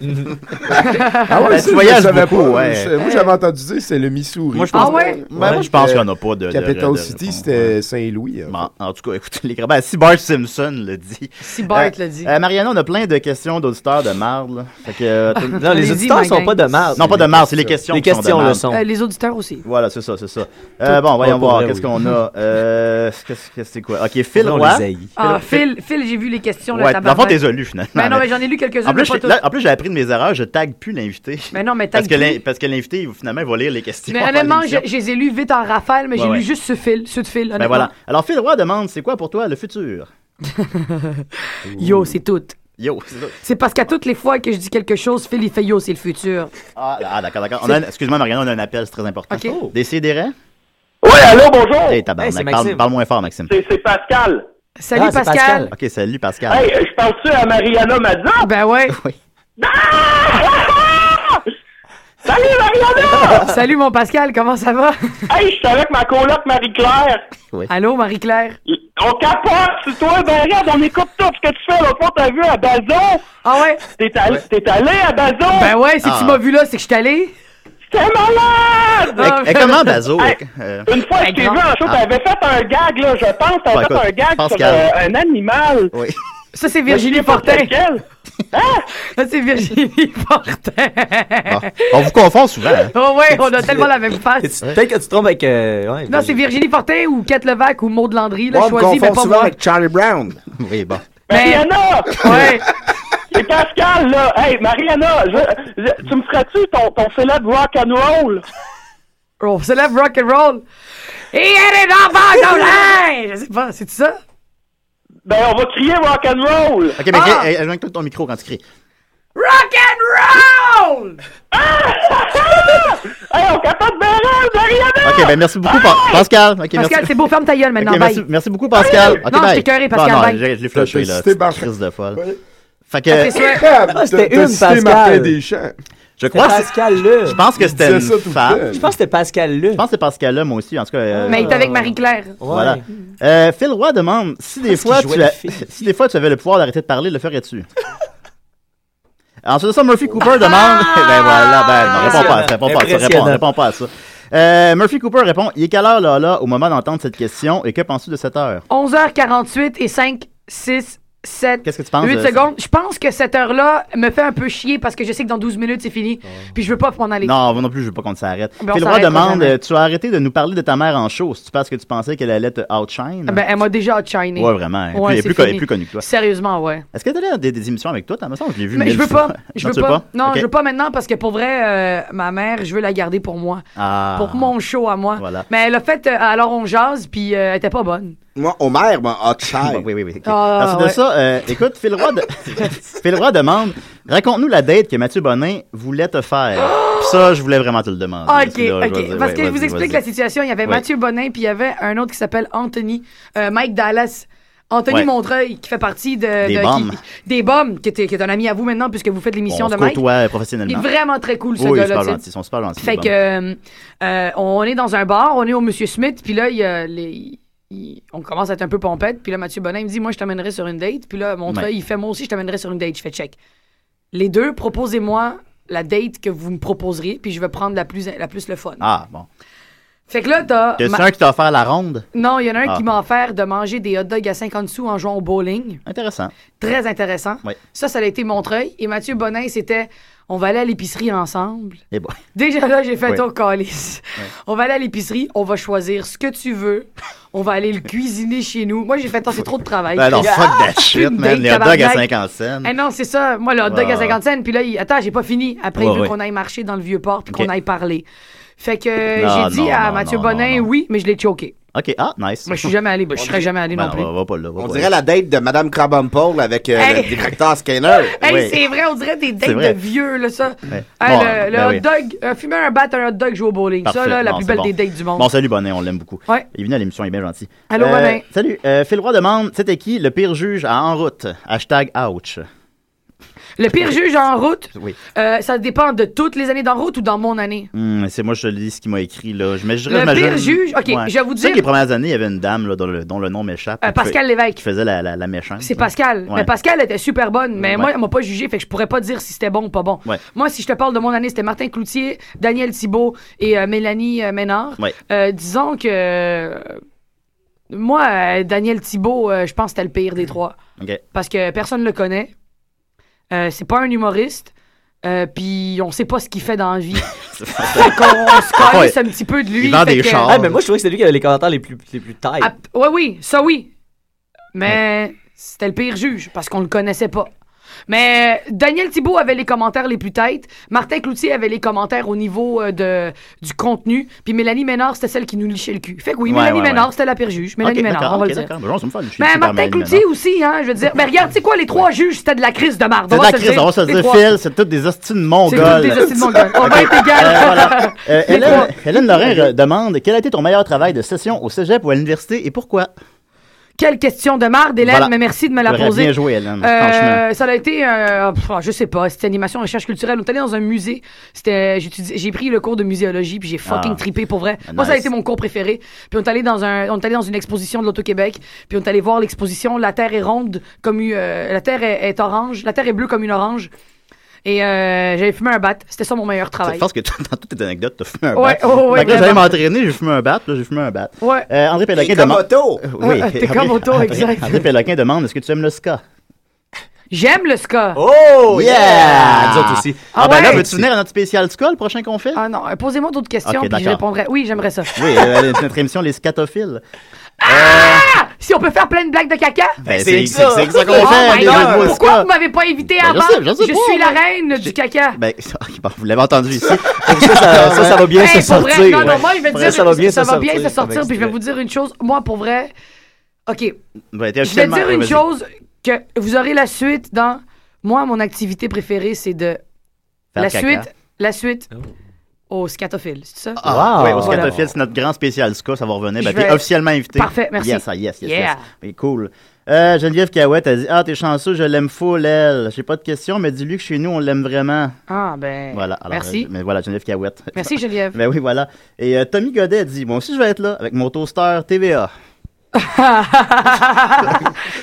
Ah ouais,
Ben,
ça,
tu
je
voyages
le savais
beaucoup,
pas.
ouais.
Je- Moi, j'avais entendu dire que c'est le Missouri.
Moi, je pense- Ah ouais? Ouais, moi, je pense qu'il y en a pas de- de-
Ben, Capital
de-
City, c'était Saint-Louis.
Bon, en tout cas, écoutez, les gars, ben, si Bart Simpson le dit.
Si Bart le dit.
Euh, Mariana, on a plein de questions d'auditeurs de marde. là. Fait que,
[laughs]
euh, tout-
Non, les auditeurs sont pas de marde.
Non, pas de marde, c'est les questions.
Les
qui
questions
sont de
le
marde.
sont.
Euh, les auditeurs aussi.
Voilà, c'est ça, c'est ça. Euh, bon,
Ah,
voyons
pour
voir,
vrai,
qu'est-ce
oui.
qu'on [laughs] a? Euh, qu'est-ce que c'est quoi? Ok, Phil
Non,
Roy.
les haïs.
Ah, Phil, Phil, j'ai vu les questions, le
Ouais,
tabarnak.
dans le fond, t'es élu, finalement.
Mais non, mais j'en ai lu quelques-unes,
En plus,
mais pas
j'ai-
toutes.
là, en plus, j'ai appris de mes erreurs, je tag plus l'invité.
Mais non, mais tag
Parce que
plus.
l'in- Parce que l'invité, il- finalement, il va lire les questions.
Mais
avant
honnêtement,
l'émission.
j'ai- je les ai lus vite en rafale, mais
Ouais,
j'ai
ouais.
lu juste ce fil, ce de fil,
Ben
honnêtement.
voilà. Alors, Phil Roy demande, c'est quoi pour toi le futur?
[laughs] Yo, c'est tout.
Yo, c'est ça.
C'est parce qu'à toutes les fois que je dis quelque chose, Phil, il fait yo, c'est le futur.
Ah, ah, d'accord, d'accord. On a un- Excuse-moi, Mariana, on a un appel, c'est très important.
Ok. Oh.
Décidérez.
Oui, allô, bonjour.
Hey,
Hey,
tabarnak,
c'est Maxime.
parle, parle moins fort, Maxime.
C'est Pascal.
Salut, Ah, c'est Pascal. Pascal.
Ok, salut, Pascal.
Hey, euh, je parle-tu à Mariana Mazza? [laughs]
Ben ouais. Ah!
Salut, Mariana!
Salut, mon Pascal, comment ça va?
[laughs] hey, je suis avec ma coloc Marie-Claire.
Allô, Marie-Claire?
On capote, c'est toi, ben regarde, on écoute tout ce que tu fais. L'autre fois, t'as vu à Bazon.
Ah ouais?
T'es allé, t'es allé à Bazon?
Ben ouais, si tu m'as vu là, c'est que je suis allé. Ah.
T'es malade!
Et Eh, comment, Bazo?
Hey,
euh,
Une
Ben,
fois, je t'ai vu en show,
Ah.
t'avais fait un gag, là, je pense,
Bon,
t'avais
Ben, écoute,
fait un gag sur
Pascal.
euh, un animal.
Oui. [laughs]
Ça, c'est Virginie Fortin.
Hein?
Ça, c'est Virginie Fortin.
On vous confond souvent. hein.
Oh ouais, on a tellement la même face.
Peut-être que tu te trompes avec. euh, ouais,
Non, c'est Virginie Fortin ou Kate Levac ou Maud Landry. Là,
Moi, on me
choisis, mais
confond
pas
souvent
moi.
avec Charlie Brown.
[laughs] Oui, bon.
[laughs] Mariana!
Ouais!
C'est Pascal, là! Hey, Mariana, je- je- tu me ferais-tu ton, ton célèbre rock and roll?
On célèbre rock and roll. Et elle est dans dans Je sais pas, c'est ça?
Ben, on va crier rock and roll!
Ok,
Ah!
mais viens, eh, éloigne-toi de ton micro quand tu cries.
Rock and roll!
Ah! [laughs] hey, on capte bien rêve, Mariana!
Ok, ben merci beaucoup, Pa- Pascal. Ok,
Pascal,
merci.
c'est beau, ferme ta gueule maintenant.
Ok, merci,
bye.
merci beaucoup, Pascal. Ok,
non,
bye.
je t'ai écoeuré,
Bon,
Pascal.
non,
bye.
j'ai- je l'ai flashé, là.
cité Marc-
Crise de folle.
Ouais.
Fait que.
Ah, c'est sûr.
Ah,
c'était
t'as- t'as
une,
cité
Pascal.
Martin Deschamps.
Je crois que
C'était
c'est-
Pascal Leu.
Je pense que c'était une
disait ça tout le
femme.
temps. Je
pense que c'était Pascal Leu. Je pense que c'est Pascal Leu, moi aussi. En tout cas. euh,
Mais il est avec Marie-Claire.
Voilà.
Mm.
Euh, Phil Roy demande si des,
Parce
fois
qu'il jouait
tu as-
les filles.
[laughs] si des fois tu avais le pouvoir d'arrêter de parler, le ferais-tu Ensuite de ça, Murphy Cooper demande.
Ah!
[laughs] ben voilà, ben non, réponds pas à ça, réponds pas à ça, réponds,
Impressionnant.
réponds pas à ça. Euh, Murphy Cooper répond Il est quelle heure là, là au moment d'entendre cette question et que penses-tu de cette heure
11h48 et 5, 6, 7,
Qu'est-ce que tu penses,
8
euh,
secondes. Je pense que cette heure-là me fait un peu chier parce que je sais que dans 12 minutes, c'est fini. Puis je veux pas m'en aller.
Oh. Non, moi non plus, je veux pas qu'on s'arrête.
Ben, on
Phil Roy
s'arrêtera
demande
jamais.
euh, Tu as arrêté de nous parler de ta mère en show. Si tu penses que tu pensais qu'elle allait te outshine.
Ah Ben, elle m'a déjà outshinée.
Ouais, vraiment. Elle est plus- elle est
c'est
plus co- elle est
fini.
plus connue que toi.
Sérieusement, ouais.
Est-ce qu'elle a des, des émissions avec toi, t'as l'impression que Je l'ai vu.
Mais
mille
je veux
fois.
pas. Je
Non,
veux
tu
pas. Non,
Ok.
je veux pas maintenant parce que pour vrai, euh, ma mère, je veux la garder pour moi.
Ah.
Pour mon show à moi.
Voilà.
Mais elle a fait euh, Alors on jase, puis euh, elle était pas bonne.
Moi, Omer m'a outshine. Oui, oui, oui. ok.
Ah,
Parce que
ouais.
de ça, euh, écoute, Phil Roy,
[laughs]
de- Phil Roy demande Raconte-nous la date que Mathieu Bonin voulait te faire. Puis ça, je voulais vraiment te le demander.
Ah, ok,
Celui-là, je vais
ok.
dire,
Parce
ouais,
que je
vas-y,
vous explique
vas-y.
la situation. Il y avait
Ouais.
Mathieu Bonin, puis il y avait un autre qui s'appelle Anthony, euh, Mike Dallas. Anthony
Ouais.
Montreuil, qui fait partie de.
Des
de-
bombes.
qui- des bombes, qui, était- qui est un ami à vous maintenant, puisque vous faites l'émission
On se
de Mike.
côtoie euh,
Il est
professionnellement.
vraiment très cool, ce
Oui, super
gars-là. tu sais.
gentil. Ils sont super gentils.
Fait
les
que euh, euh, on est dans un bar, on est au Monsieur Smith, puis là il y a les- il- on commence à être un peu pompette, puis là Mathieu Bonin il me dit moi je t'amènerai sur une date, puis là Montreuil
Ouais.
il fait moi aussi je t'amènerai sur une date, je fais check. Les deux proposez-moi la date que vous me proposerez, puis je vais prendre la plus la plus le fun.
Ah, bon.
Fait que là t'as
T'as-tu
Ah, ma-
un qui t'a offert la ronde
non, il y en a un
Ah.
qui m'a offert de manger des hot dogs à 50 sous en jouant au bowling.
Intéressant.
Très intéressant.
Oui.
Ça, ça a été Montreuil. Et Mathieu Bonin, c'était on va aller à l'épicerie ensemble.
Et bon.
Déjà là, j'ai fait
Oui.
ton calice.
Ouais.
On va aller à l'épicerie, on va choisir ce que tu veux. On va aller le cuisiner chez nous. Moi, j'ai fait, attends, c'est trop de travail.
Ben non,
Puis, [laughs]
fuck
ah,
that
plus
shit,
de
man.
date,
Les hot dogs à
tabarnak.
50 cents.
Eh non, c'est ça. Moi, le hot dog
Ouais,
à 50 cents, puis là, il- attends, j'ai pas fini. Après, il
Ouais,
veut
ouais.
qu'on aille marcher dans le vieux port puis
Ok.
qu'on aille parler. Fait que euh,
Non,
j'ai dit
non,
à
non,
Mathieu
non,
Bonin, oui, mais je l'ai choqué.
OK, ah, nice.
Moi, je suis jamais allé, ben, je serais jamais allé
Ben
non plus.
On va pas là.
On dirait la date de Madame Crabumpole avec euh,
Hey.
le directeur Scanner.
[laughs] Hey, c'est vrai, on dirait des dates
C'est vrai.
de vieux, là, ça.
Ouais.
Hey,
Bon,
le le
ben
hot
oui.
dog, euh, fumer un bat, un hot dog, jouer au bowling. ça,
Parfait.
là, la
Non,
plus
c'est
belle
bon.
des dates du monde.
Bon, salut Bonin, on l'aime beaucoup. Il est venu à l'émission, il est bien gentil.
Allô, Bonin.
Salut. Euh, Phil Roy demande c'était qui le pire juge à En route Hashtag ouch.
Le pire juge en route,
Oui.
euh, ça dépend de toutes les années d'en route ou dans mon année.
Hum, c'est moi, je lis ce qu'il m'a écrit. Là. Je, mais je-
Le
je-
pire
je-
juge, ok, je vais vous
C'est sûr
dire-
que les premières années, il y avait une dame là, dont, le, dont le nom m'échappe.
Euh,
qui
Pascal
fait-
Lévesque.
Qui faisait la, la, la méchante.
C'est Pascal.
Ouais.
Mais Pascal était super bonne, mais
Ouais.
moi, elle m'a pas jugé, fait que je pourrais pas dire si c'était bon ou pas bon.
Ouais.
Moi, si je te parle de mon année, c'était Martin Cloutier, Daniel Thibault et euh, Mélanie euh, Ménard.
Ouais.
Euh, disons que. euh, moi, euh, Daniel Thibault, euh, je pense que c'était le pire des trois.
OK.
Parce que personne le connaît. Euh, c'est pas un humoriste. Euh, Puis on sait pas ce qu'il fait dans
[laughs]
la vie. fait qu'on on se
[laughs] Ah ouais.
calisse un petit peu de lui. fait que-
Ah, mais moi, je trouvais que c'était lui qui avait les commentaires les plus, les plus tight.
Ah, p- ouais, oui, ça oui. Mais c'était le pire juge parce qu'on le connaissait pas. Mais euh, Daniel Thibault avait les commentaires les plus têtes. Martin Cloutier avait les commentaires au niveau euh, de, du contenu. Puis Mélanie Ménard, c'était celle qui nous lichait le cul. Fait que oui,
Ouais,
Mélanie
ouais, ouais.
Ménard, c'était la pire juge. Mélanie
Ok,
Ménard,
d'accord,
on va
ok,
le dire.
d'accord. Ben, genre, ça me fait une chute
Mais
par
Martin
Mélanie
Cloutier
Ménard.
aussi, hein, je veux dire. Mais regarde, c'est quoi les trois juges? C'était de la crise de marde.
C'est de
va
la
se le
crise, on va se le
les
dire,
trois.
Phil, c'est toutes des hosties de
C'est
mongols.
toutes des hosties de mongols. On va être égal.
Euh, voilà. Euh,
Les
Hélène,
trois.
Hélène Lorrain euh, demande quel a été ton meilleur travail de session au cégep ou à l'université et pourquoi
Quelle question de marde, Hélène,
Voilà.
mais merci de me la
Bravo,
poser.
bien joué, Hélène,
Euh,
franchement.
ça a été, euh, pff, je sais pas, c'était animation, recherche culturelle. On est allé dans un musée. C'était, j'étudie- j'ai pris le cours de muséologie puis j'ai fucking
Ah.
trippé pour vrai.
Ah,
Moi, ça a
nice.
été mon cours préféré. Puis on est allé dans un, on est allé dans une exposition de l'Auto-Québec. Puis on est allé voir l'exposition. La terre est ronde comme une- euh, la terre est, est orange, la terre est bleue comme une orange. Et euh, j'avais fumé un bat. C'était ça mon meilleur travail.
Je pense que dans toutes tes anecdotes, t'as fumé un bat.
Ah Ouais, ouais, ouais,
Fait que là, j'allais
vraiment.
m'entraîner, j'ai fumé un bat, puis là, j'ai fumé un bat.
Ouais.
Euh, André Péloquin
T'es comme
demande.
Otto.
Oui,
Ouais, t'es comme
André-
Otto,
André-
exact.
André Péloquin demande est-ce que tu aimes le ska
J'aime le ska.
Oh,
yeah! Nous autres aussi.
Ah,
Ah
ben là,
ouais?
veux-tu venir à notre spécial ska le prochain qu'on fait
Ah non, euh, posez-moi d'autres questions
Ok,
puis je
d'accord.
répondrai. Oui, j'aimerais ça.
Oui, euh, notre émission Les Scatophiles.
[laughs] Si on peut faire plein de blagues de caca?
Ben, c'est c'est- c'est ça, qu'on
Oh
fait,
my
les
God.
jeux de mots
Pourquoi
ska.
vous m'avez pas invité
Ben, je
avant?
sais- je sais pas,
suis la
ouais.
reine du caca.
Ben, [laughs] ça, ok, bon, vous l'avez entendu ici. Pour
ça, ça- ça, ça va bien
Hey,
se
pour
sortir.
Vrai, non, non,
Ouais.
moi, je vais te
Pour
dire,
vrai, ça va bien se
bien se
sortir,
sortir,
avec
puis je vais vous dire une chose. Moi, pour vrai, OK,
Ben, t'es
je vais te
officiellement-
dire
ouais,
une
vas-y.
chose que vous aurez la suite dans... Moi, mon activité préférée, c'est de...
Faire
la
caca.
suite, la suite au scatophile, c'est ça?
Ah, oui, au
Voilà.
Scatophile, c'est notre grand spécial ska, ça va revenir. Ben,
Je
t'es
vais-
officiellement invité.
Parfait, merci.
Yes, ah, yes, yes,
Yeah.
yes. Ben, cool. Euh, Geneviève Cahouette a dit Ah, t'es chanceux, je l'aime full, elle. J'ai pas de question, mais dis-lui que chez nous, on l'aime vraiment.
Ah, ben,
Voilà, alors,
merci.
euh, mais voilà, Geneviève Cahouette. [laughs]
Merci, Geneviève. [laughs]
ben oui, voilà. Et euh, Tommy Godet dit Moi aussi, je vais être là avec mon toaster TVA.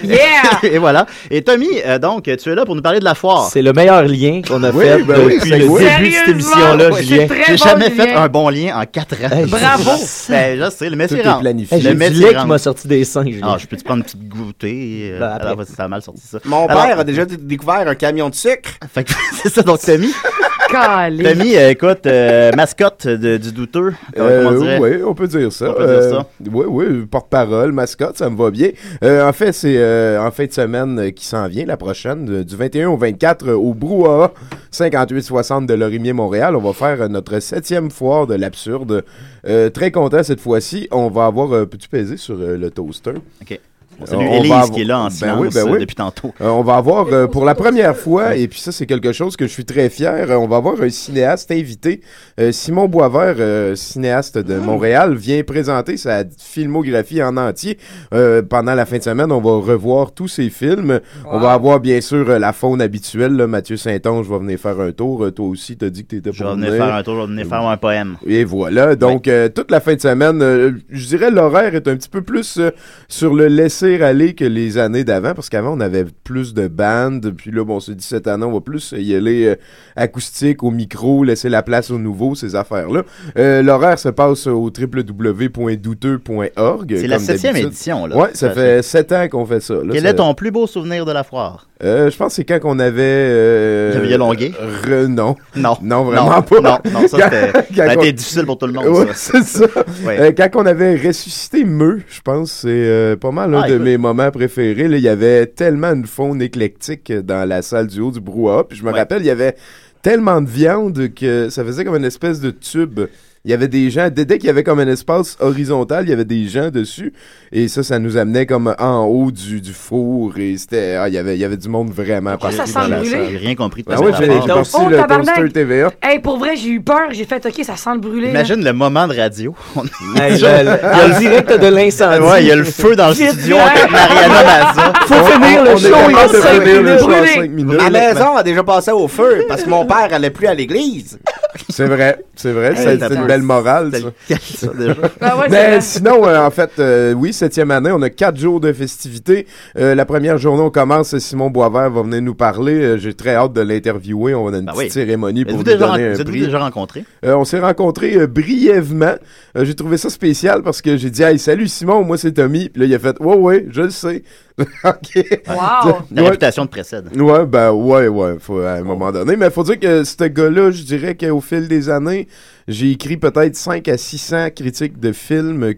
Yeah! [laughs] et voilà. Et Tommy, euh, donc, tu es là pour nous parler de la foire.
C'est le meilleur lien qu'on a fait
ben oui,
depuis
c'est-
le
oui.
début de cette émission-là,
Ouais,
Julien.
J'ai jamais fait un bon lien en 4 ans.
Bravo!
ben, là, c'est le métier rentre.
Hey, J'ai
Le
du
métier
lait qui
rentre.
m'a sorti des seins, Julien.
Ah, je peux te prendre une petite goûtée. euh,
Ben, après.
alors, ça a mal sorti ça.
Mon
Alors-
père a déjà d- découvert un camion de sucre.
[laughs]
Fait que [laughs] c'est ça,
[laughs]
donc Tommy.
Calé.
Tommy, euh, écoute, euh, mascotte de- du douteux. Comment- comment on dirait?
Euh, oui, on peut dire ça. Euh,
On peut dire ça.
oui, oui, porte-parole, mascotte, ça me va bien. Euh, en fait, c'est euh, en fin de semaine euh, qui s'en vient, la prochaine, euh, du 21 au 24 euh, au Brouhaha 58-60 de Lorimier, Montréal. On va faire euh, notre septième foire de l'absurde. Euh, très content cette fois-ci. On va avoir, euh, peux-tu peser sur euh, le toaster?
OK.
On
salue
va
Élise
avoir-
qui est là en
Ben
silence,
oui, ben
euh,
oui.
depuis tantôt.
Euh, on va avoir euh, pour la première fois, et puis ça c'est quelque chose que je suis très fier, euh, on va avoir un cinéaste invité. Euh, Simon Boisvert, euh, cinéaste de Montréal, vient présenter sa filmographie en entier. Euh, pendant la fin de semaine, on va revoir tous ses films. On va avoir bien sûr euh, la faune habituelle. là. Mathieu Saint-Onge va venir faire un tour. Euh, toi aussi, t'as dit que t'étais
Je
pour Ben
vais venir faire un tour, je vais venir faire un poème.
et voilà, donc euh, toute la fin de semaine, euh, je dirais l'horaire est un petit peu plus euh, sur le laisser aller que les années d'avant, parce qu'avant on avait plus de bandes, puis là bon, on s'est dit cette année on va plus y aller euh, acoustique, au micro, laisser la place aux nouveaux, ces affaires-là. Euh, l'horaire se passe au www.douteux.org.
C'est la
comme
septième
d'habitude.
édition, là.
Ouais, ça
Ça
fait sept ans qu'on fait ça. là.
Quel
Ça-
est ton plus beau souvenir de la foire?
euh, je pense que c'est quand qu'on avait. Euh,
J'avais Yolongué?
Re, non.
Non.
Non, vraiment
Non,
pas.
non, non, ça, c'était-
[laughs]
ça
Quand-
a
quand
été
on-
difficile pour tout le monde,
Ouais,
ça.
c'est ça.
Ouais.
Euh, quand on avait ressuscité Meux, je pense que c'est euh, pas mal un
Ah,
de
écoute.
mes moments préférés. là. Il y avait tellement une faune éclectique dans la salle du haut du brouhaha. Puis je me rappelle, il y avait tellement de viande que ça faisait comme une espèce de tube. Il y avait des gens, dès, dès qu'il y avait comme un espace horizontal, il y avait des gens dessus. Et ça, ça nous amenait comme en haut du, du four. Et c'était. Ah, il y avait, il y avait du monde vraiment partout
ça sent
dans la
brûler?
salle.
J'ai rien compris de
Ah
ta
ouais, j'ai
métaphore.
j'ai parti
Oh,
le
tabarnak!
toaster TVA.
Hey, pour vrai, j'ai eu peur. J'ai fait, OK, ça sent le brûler. là.
Imagine le moment de radio. [laughs] On est
Hey, le- le- il
[laughs]
y a le direct de l'incendie.
Ouais, il y a le feu dans le
Vite,
studio
viens.
avec Mariana Mazza.
Faut finir le
On est
show,
capable
il reste
de
cinq
finir le
minutes.
show en
Brûler.
cinq minutes. Ma maison a déjà passé au feu parce que mon père allait plus à l'église.
C'est vrai, c'est vrai.
Hey,
c'est
t'as
c'est une
peur.
belle morale, ça.
[laughs] Ah ouais, c'est
Mais
vrai.
sinon, euh, en fait, euh, oui, septième année, on a quatre jours de festivités. Euh, la première journée, on commence. Simon Boisvert va venir nous parler. Euh, J'ai très hâte de l'interviewer. On a une petite
Ben oui.
cérémonie pour
Êtes-vous
lui
déjà,
donner
vous
un
êtes-vous
prix.
déjà rencontrés?
Euh, on s'est rencontrés euh, brièvement. Euh, j'ai trouvé ça spécial parce que j'ai dit Hey, salut Simon, moi c'est Tommy. Puis là, il a fait Ouais, ouais, je le sais. [laughs] OK.
Wow. La
Ouais.
réputation te précède.
Ouais, ben ouais, ouais, faut, à un moment donné. Mais faut dire que ce gars-là, je dirais qu'au fil des années, j'ai écrit peut-être 5 à 600 critiques de films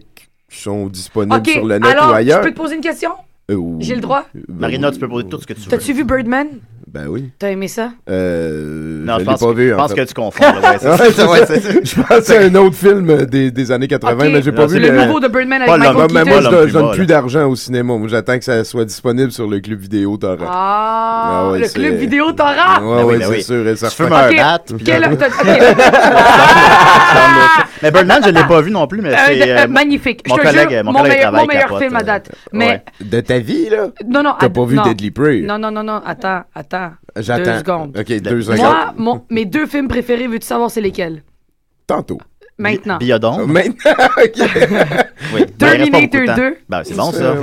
qui sont disponibles
OK,
sur le net
alors,
ou ailleurs.
je peux te poser une question?
Euh, ou-
J'ai le droit?
Ben
Marina,
oui.
tu peux poser tout ce que tu veux.
T'as-tu vu Birdman?
Ben oui.
T'as aimé ça?
Euh,
Non, je
je l'ai
pense
pas
que-
vu.
je
en
pense
fait.
que tu confonds,
[laughs]
là, ouais, c'est ça.
Ouais, c'est
Ouais,
vrai.
c'est ça.
je pense à un autre film euh, des, des années 80,
Ok.
mais j'ai
Non,
pas
c'est
vu
le nouveau de Birdman avec
Pas
Michael
l'homme-
Keaton.
Moi,
Pas
je
l'homme
donne,
plus
donne
bas,
plus
là.
d'argent au cinéma. Moi, j'attends que ça soit disponible sur le club vidéo torrent.
Ah,
Ah ouais,
le
c'est- Ah
club vidéo Torah!
Ben
Ouais, ouais, c'est sûr et certain.
fumes un
Ok,
bat,
ok,
puis là- [laughs]
là, t'as- ok. euh,
Mais Birdman, je ne l'ai pas vu non plus, mais
Ah! Euh,
c'est.
euh,
euh,
magnifique.
Mon
je te
collègue,
jure,
mon collègue
meilleur,
travaille
mon meilleur
capote,
film à
euh,
date. Mais
Ouais. De ta vie, là?
non, non,
T'as
att-
pas vu
non.
Deadly Prey?
Non, non, non, non. Attends, attends.
J'attends.
Deux secondes.
Ok, deux
Moi,
secondes.
mon- mes deux films préférés, veux-tu savoir c'est lesquels?
Tantôt.
Maintenant.
Biodon.
Maintenant,
Oui. Ben, il reste pas
[laughs]
beaucoup de
Terminator
temps.
2.
Ben, c'est
[laughs]
bon, ça.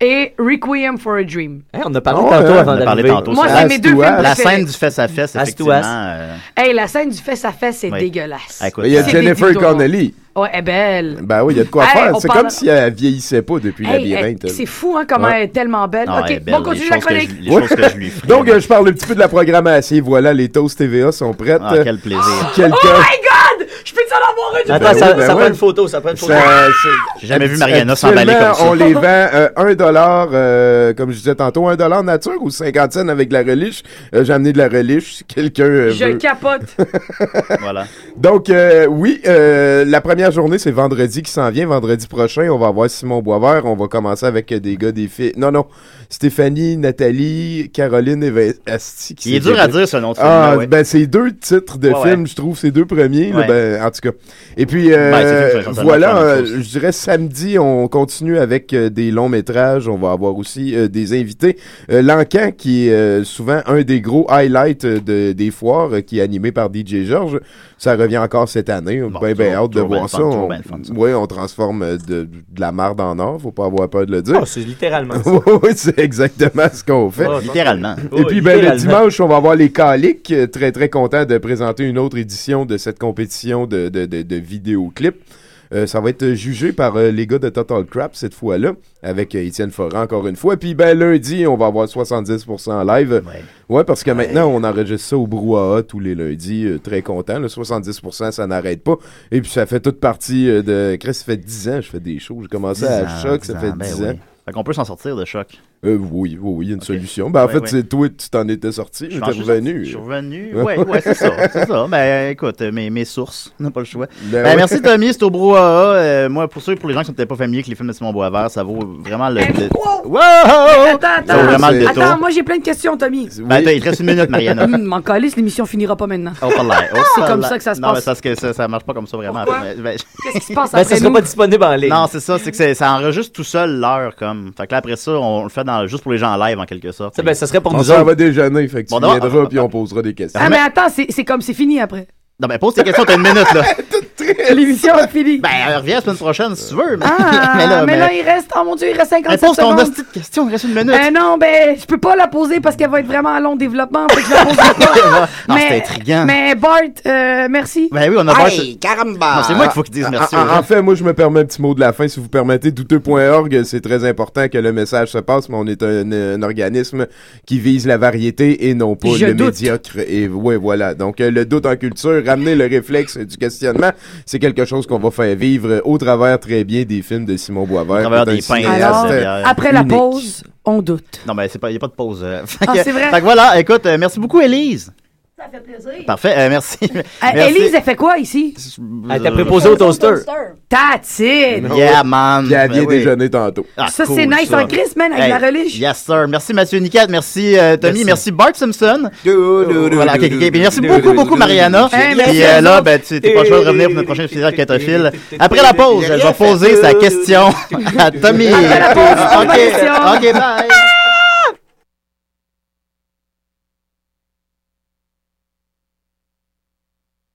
Et Requiem for a Dream.
on a parlé
Ah ouais,
tantôt
hein,
avant
on a parlé
d'arriver.
tantôt,
Moi,
ça.
c'est mes deux films
La
préférés.
scène du fesse à fesse,
As to
effectivement.
us.
euh,
Hey, la scène du fesse à fesse, c'est
Oui.
dégueulasse.
Ah, écoute,
Il y a
C'est
Jennifer
ridicule.
Connelly.
Ouais, elle est belle.
Ben oui, il y a de quoi
Hey,
faire.
on
C'est
parle-
comme si elle vieillissait pas depuis
Hey,
labyrinthe.
elle-
elle.
c'est fou, hein, comment
Ouais.
elle est tellement belle.
Non,
ok,
elle est belle,
bon, continue
les
la
choses que
chronique.
je- les choses que je lui ferai.
Donc, euh, je parle un petit peu de la programmation. Voilà, les toasts TVA sont prêtes.
Ah, quel plaisir.
Si quelqu'un-
Oh my god! Je peux t'en avoir une!
Attends, Ben ça- oui, ben ça prend oui. une
photo, ça prend une
[laughs] Ça- c'est-
J'ai jamais vu Mariana
Actuellement,
s'emballer comme ça.
on les vend euh, 1 dollar, euh, comme je disais tantôt, 1 dollar nature ou 50 cents avec de la reliche. Euh, J'ai amené de la reliche si quelqu'un euh,
Je
veut.
[laughs]
capote.
Voilà.
Donc, euh, oui, euh, la première journée, c'est vendredi qui s'en vient. Vendredi prochain, on va voir Simon Boisvert. On va commencer avec euh, des gars, des filles. Non, non. Stéphanie, Nathalie, Caroline et Vin- Asti. qui
Il est
s'est
dur à
fait-
dire, ce nom de
Ah,
film-là, ouais.
ben, c'est deux titres de
Ouais, ouais.
films, je trouve, ces deux premiers.
Ouais.
Le ben, en tout cas. Et puis, euh,
Ben, c'est sûr que ça va faire
voilà,
la même
euh,
chose.
je dirais samedi, on continue avec euh, des longs métrages. On va avoir aussi euh, des invités. Euh, L'Encan, qui est euh, souvent un des gros highlights euh, de- des foires, euh, qui est animé par DJ Georges. Ça revient encore cette année. ben, ben, hâte de
toujours
voir
ben
ça.
fun, toujours
On-
ben fun,
ouais, on transforme euh, de, de la marde en or. Faut pas avoir peur de le dire.
Ah, c'est littéralement
[laughs]
ça.
Oui, oui, c'est exactement ce qu'on fait.
Ouais, Littéralement.
Et puis, ben, le
Littéralement.
dimanche, on va avoir les Caliques. Euh, Très, très content de présenter une autre édition de cette compétition de, de, de, de vidéoclips. Euh, ça va être jugé par euh, les gars de Total Crap cette fois-là, avec euh, Étienne Foran encore une fois. Puis ben lundi, on va avoir 70% en live. Ouais, parce que maintenant, on enregistre ça au brouhaha tous les lundis. Euh, très content. Le 70%, ça n'arrête pas. Et puis ça fait toute partie euh, de... Chris, ça fait 10 ans je fais des shows. J'ai commencé à
10 ans,
Choc, ça
10
fait
ans,
10
ben
ans.
oui. Fait qu'on peut s'en sortir de choc.
Euh, oui, oui, oui, il y a une solution. Ben, en
Oui,
fait,
oui.
c'est toi, tu t'en étais sorti, mais
Je
t'es
m'en suis
revenu.
sorti. Je suis revenu. Oui, ouais, c'est
[laughs]
ça. C'est ça. Ben, écoute, euh, mes, mes sources, on n'a pas le choix.
Ben
Ben,
ouais.
Merci, Tommy. C'est au brouhaha. Euh, moi, pour ceux pour les gens qui sont peut-être pas familiers avec les films de Simon Boisvert, ça vaut vraiment le. le- Wow!
Attends,
Ça vaut
attends.
vraiment le détour.
Attends, moi j'ai plein de questions, Tommy.
Ben, t'as- il te reste une minute, Mariana.
Hum, [laughs] M'en calisse, l'émission finira pas maintenant.
Oh, pas l'air. Oh,
Ah! C'est comme
l'air.
ça que ça se
Non, mais c'est
passe.
parce que ça, ça marche pas comme ça vraiment.
Pourquoi?
Mais- ben,
Qu'est-ce qui se passe
Ben,
après
ça sera
nous?
pas
disponible en ligne.
Non, c'est ça, c'est que c'est- ça enregistre tout seul l'heure, comme. Fait que là, après ça, on le fait dans, juste pour les gens en live, en quelque sorte.
Ça, ben, ça serait pour
On
nous
s'en
autres.
va déjeuner, fait que tu
Bon, d'abord-
viendras, puis on posera des questions.
Ah, mais attends, c'est c'est comme c'est fini après.
Non, ben, pose tes questions, t'as une minute,
[laughs]
là.
L'émission est finie.
Ben, elle revient la semaine prochaine, si tu veux. [laughs] [laughs] mais-
Ah, mais, là, il reste, oh mon dieu, il reste 57
Réponse ton
secondes.
hostie de question, il reste une minute.
Ben non, ben, je peux pas la poser parce qu'elle va être vraiment à long développement. Fait que je la poserai pas.
[laughs] Ah, Non, c'est intriguant.
Mais Bart, euh, merci.
Ben oui, on a Bart. Hey,
caramba.
Non, c'est moi qu'il faut qu'ils disent merci aux
Ah, En,
gens.
en fait, moi, je me permets un petit mot de la fin, si vous permettez. Douteux.org, c'est très important que le message se passe, mais on est un, un organisme qui vise la variété et non pas
Je
le
doute.
médiocre. Et ouais, voilà. Donc, euh, le doute en culture, ramener le réflexe du questionnement, c'est quelque chose qu'on va faire vivre au travers très bien des films de Simon Boisvert.
travers
qui est un
des pins,
cinéaste,
des
euh,
Après la
unique.
pause, on doute.
Non, mais c'est pas, il n'y a pas de pause. euh. [laughs] Fait
Ah,
que-
c'est vrai.
Fait que voilà, écoute, euh, merci beaucoup, Élise.
Ça fait plaisir.
Parfait, euh, merci. Merci.
Élise, elle fait Eh, quoi ici?
Elle t'a préposée au toaster.
Tatine!
Yeah, man. Ben Ah,
Puis elle vient déjeuner
tantôt.
Ça, c'est nice en Christ, man, avec la relish.
Yes, sir. Merci, Mathieu Niquette. Merci, euh, Tommy. Merci, Bart Simpson. Euh, Voilà, ok, ok, ok. Puis Merci beaucoup, beaucoup, Mariana.
Hey, merci
Puis
à
euh,
vous
là,
autres.
ben, tu t'es pas chaud de revenir pour notre prochain épisode Quintophile. [laughs] Après la pause, elle va poser sa question à Tommy.
Après la pause,
Ok,
question.
ok, bye.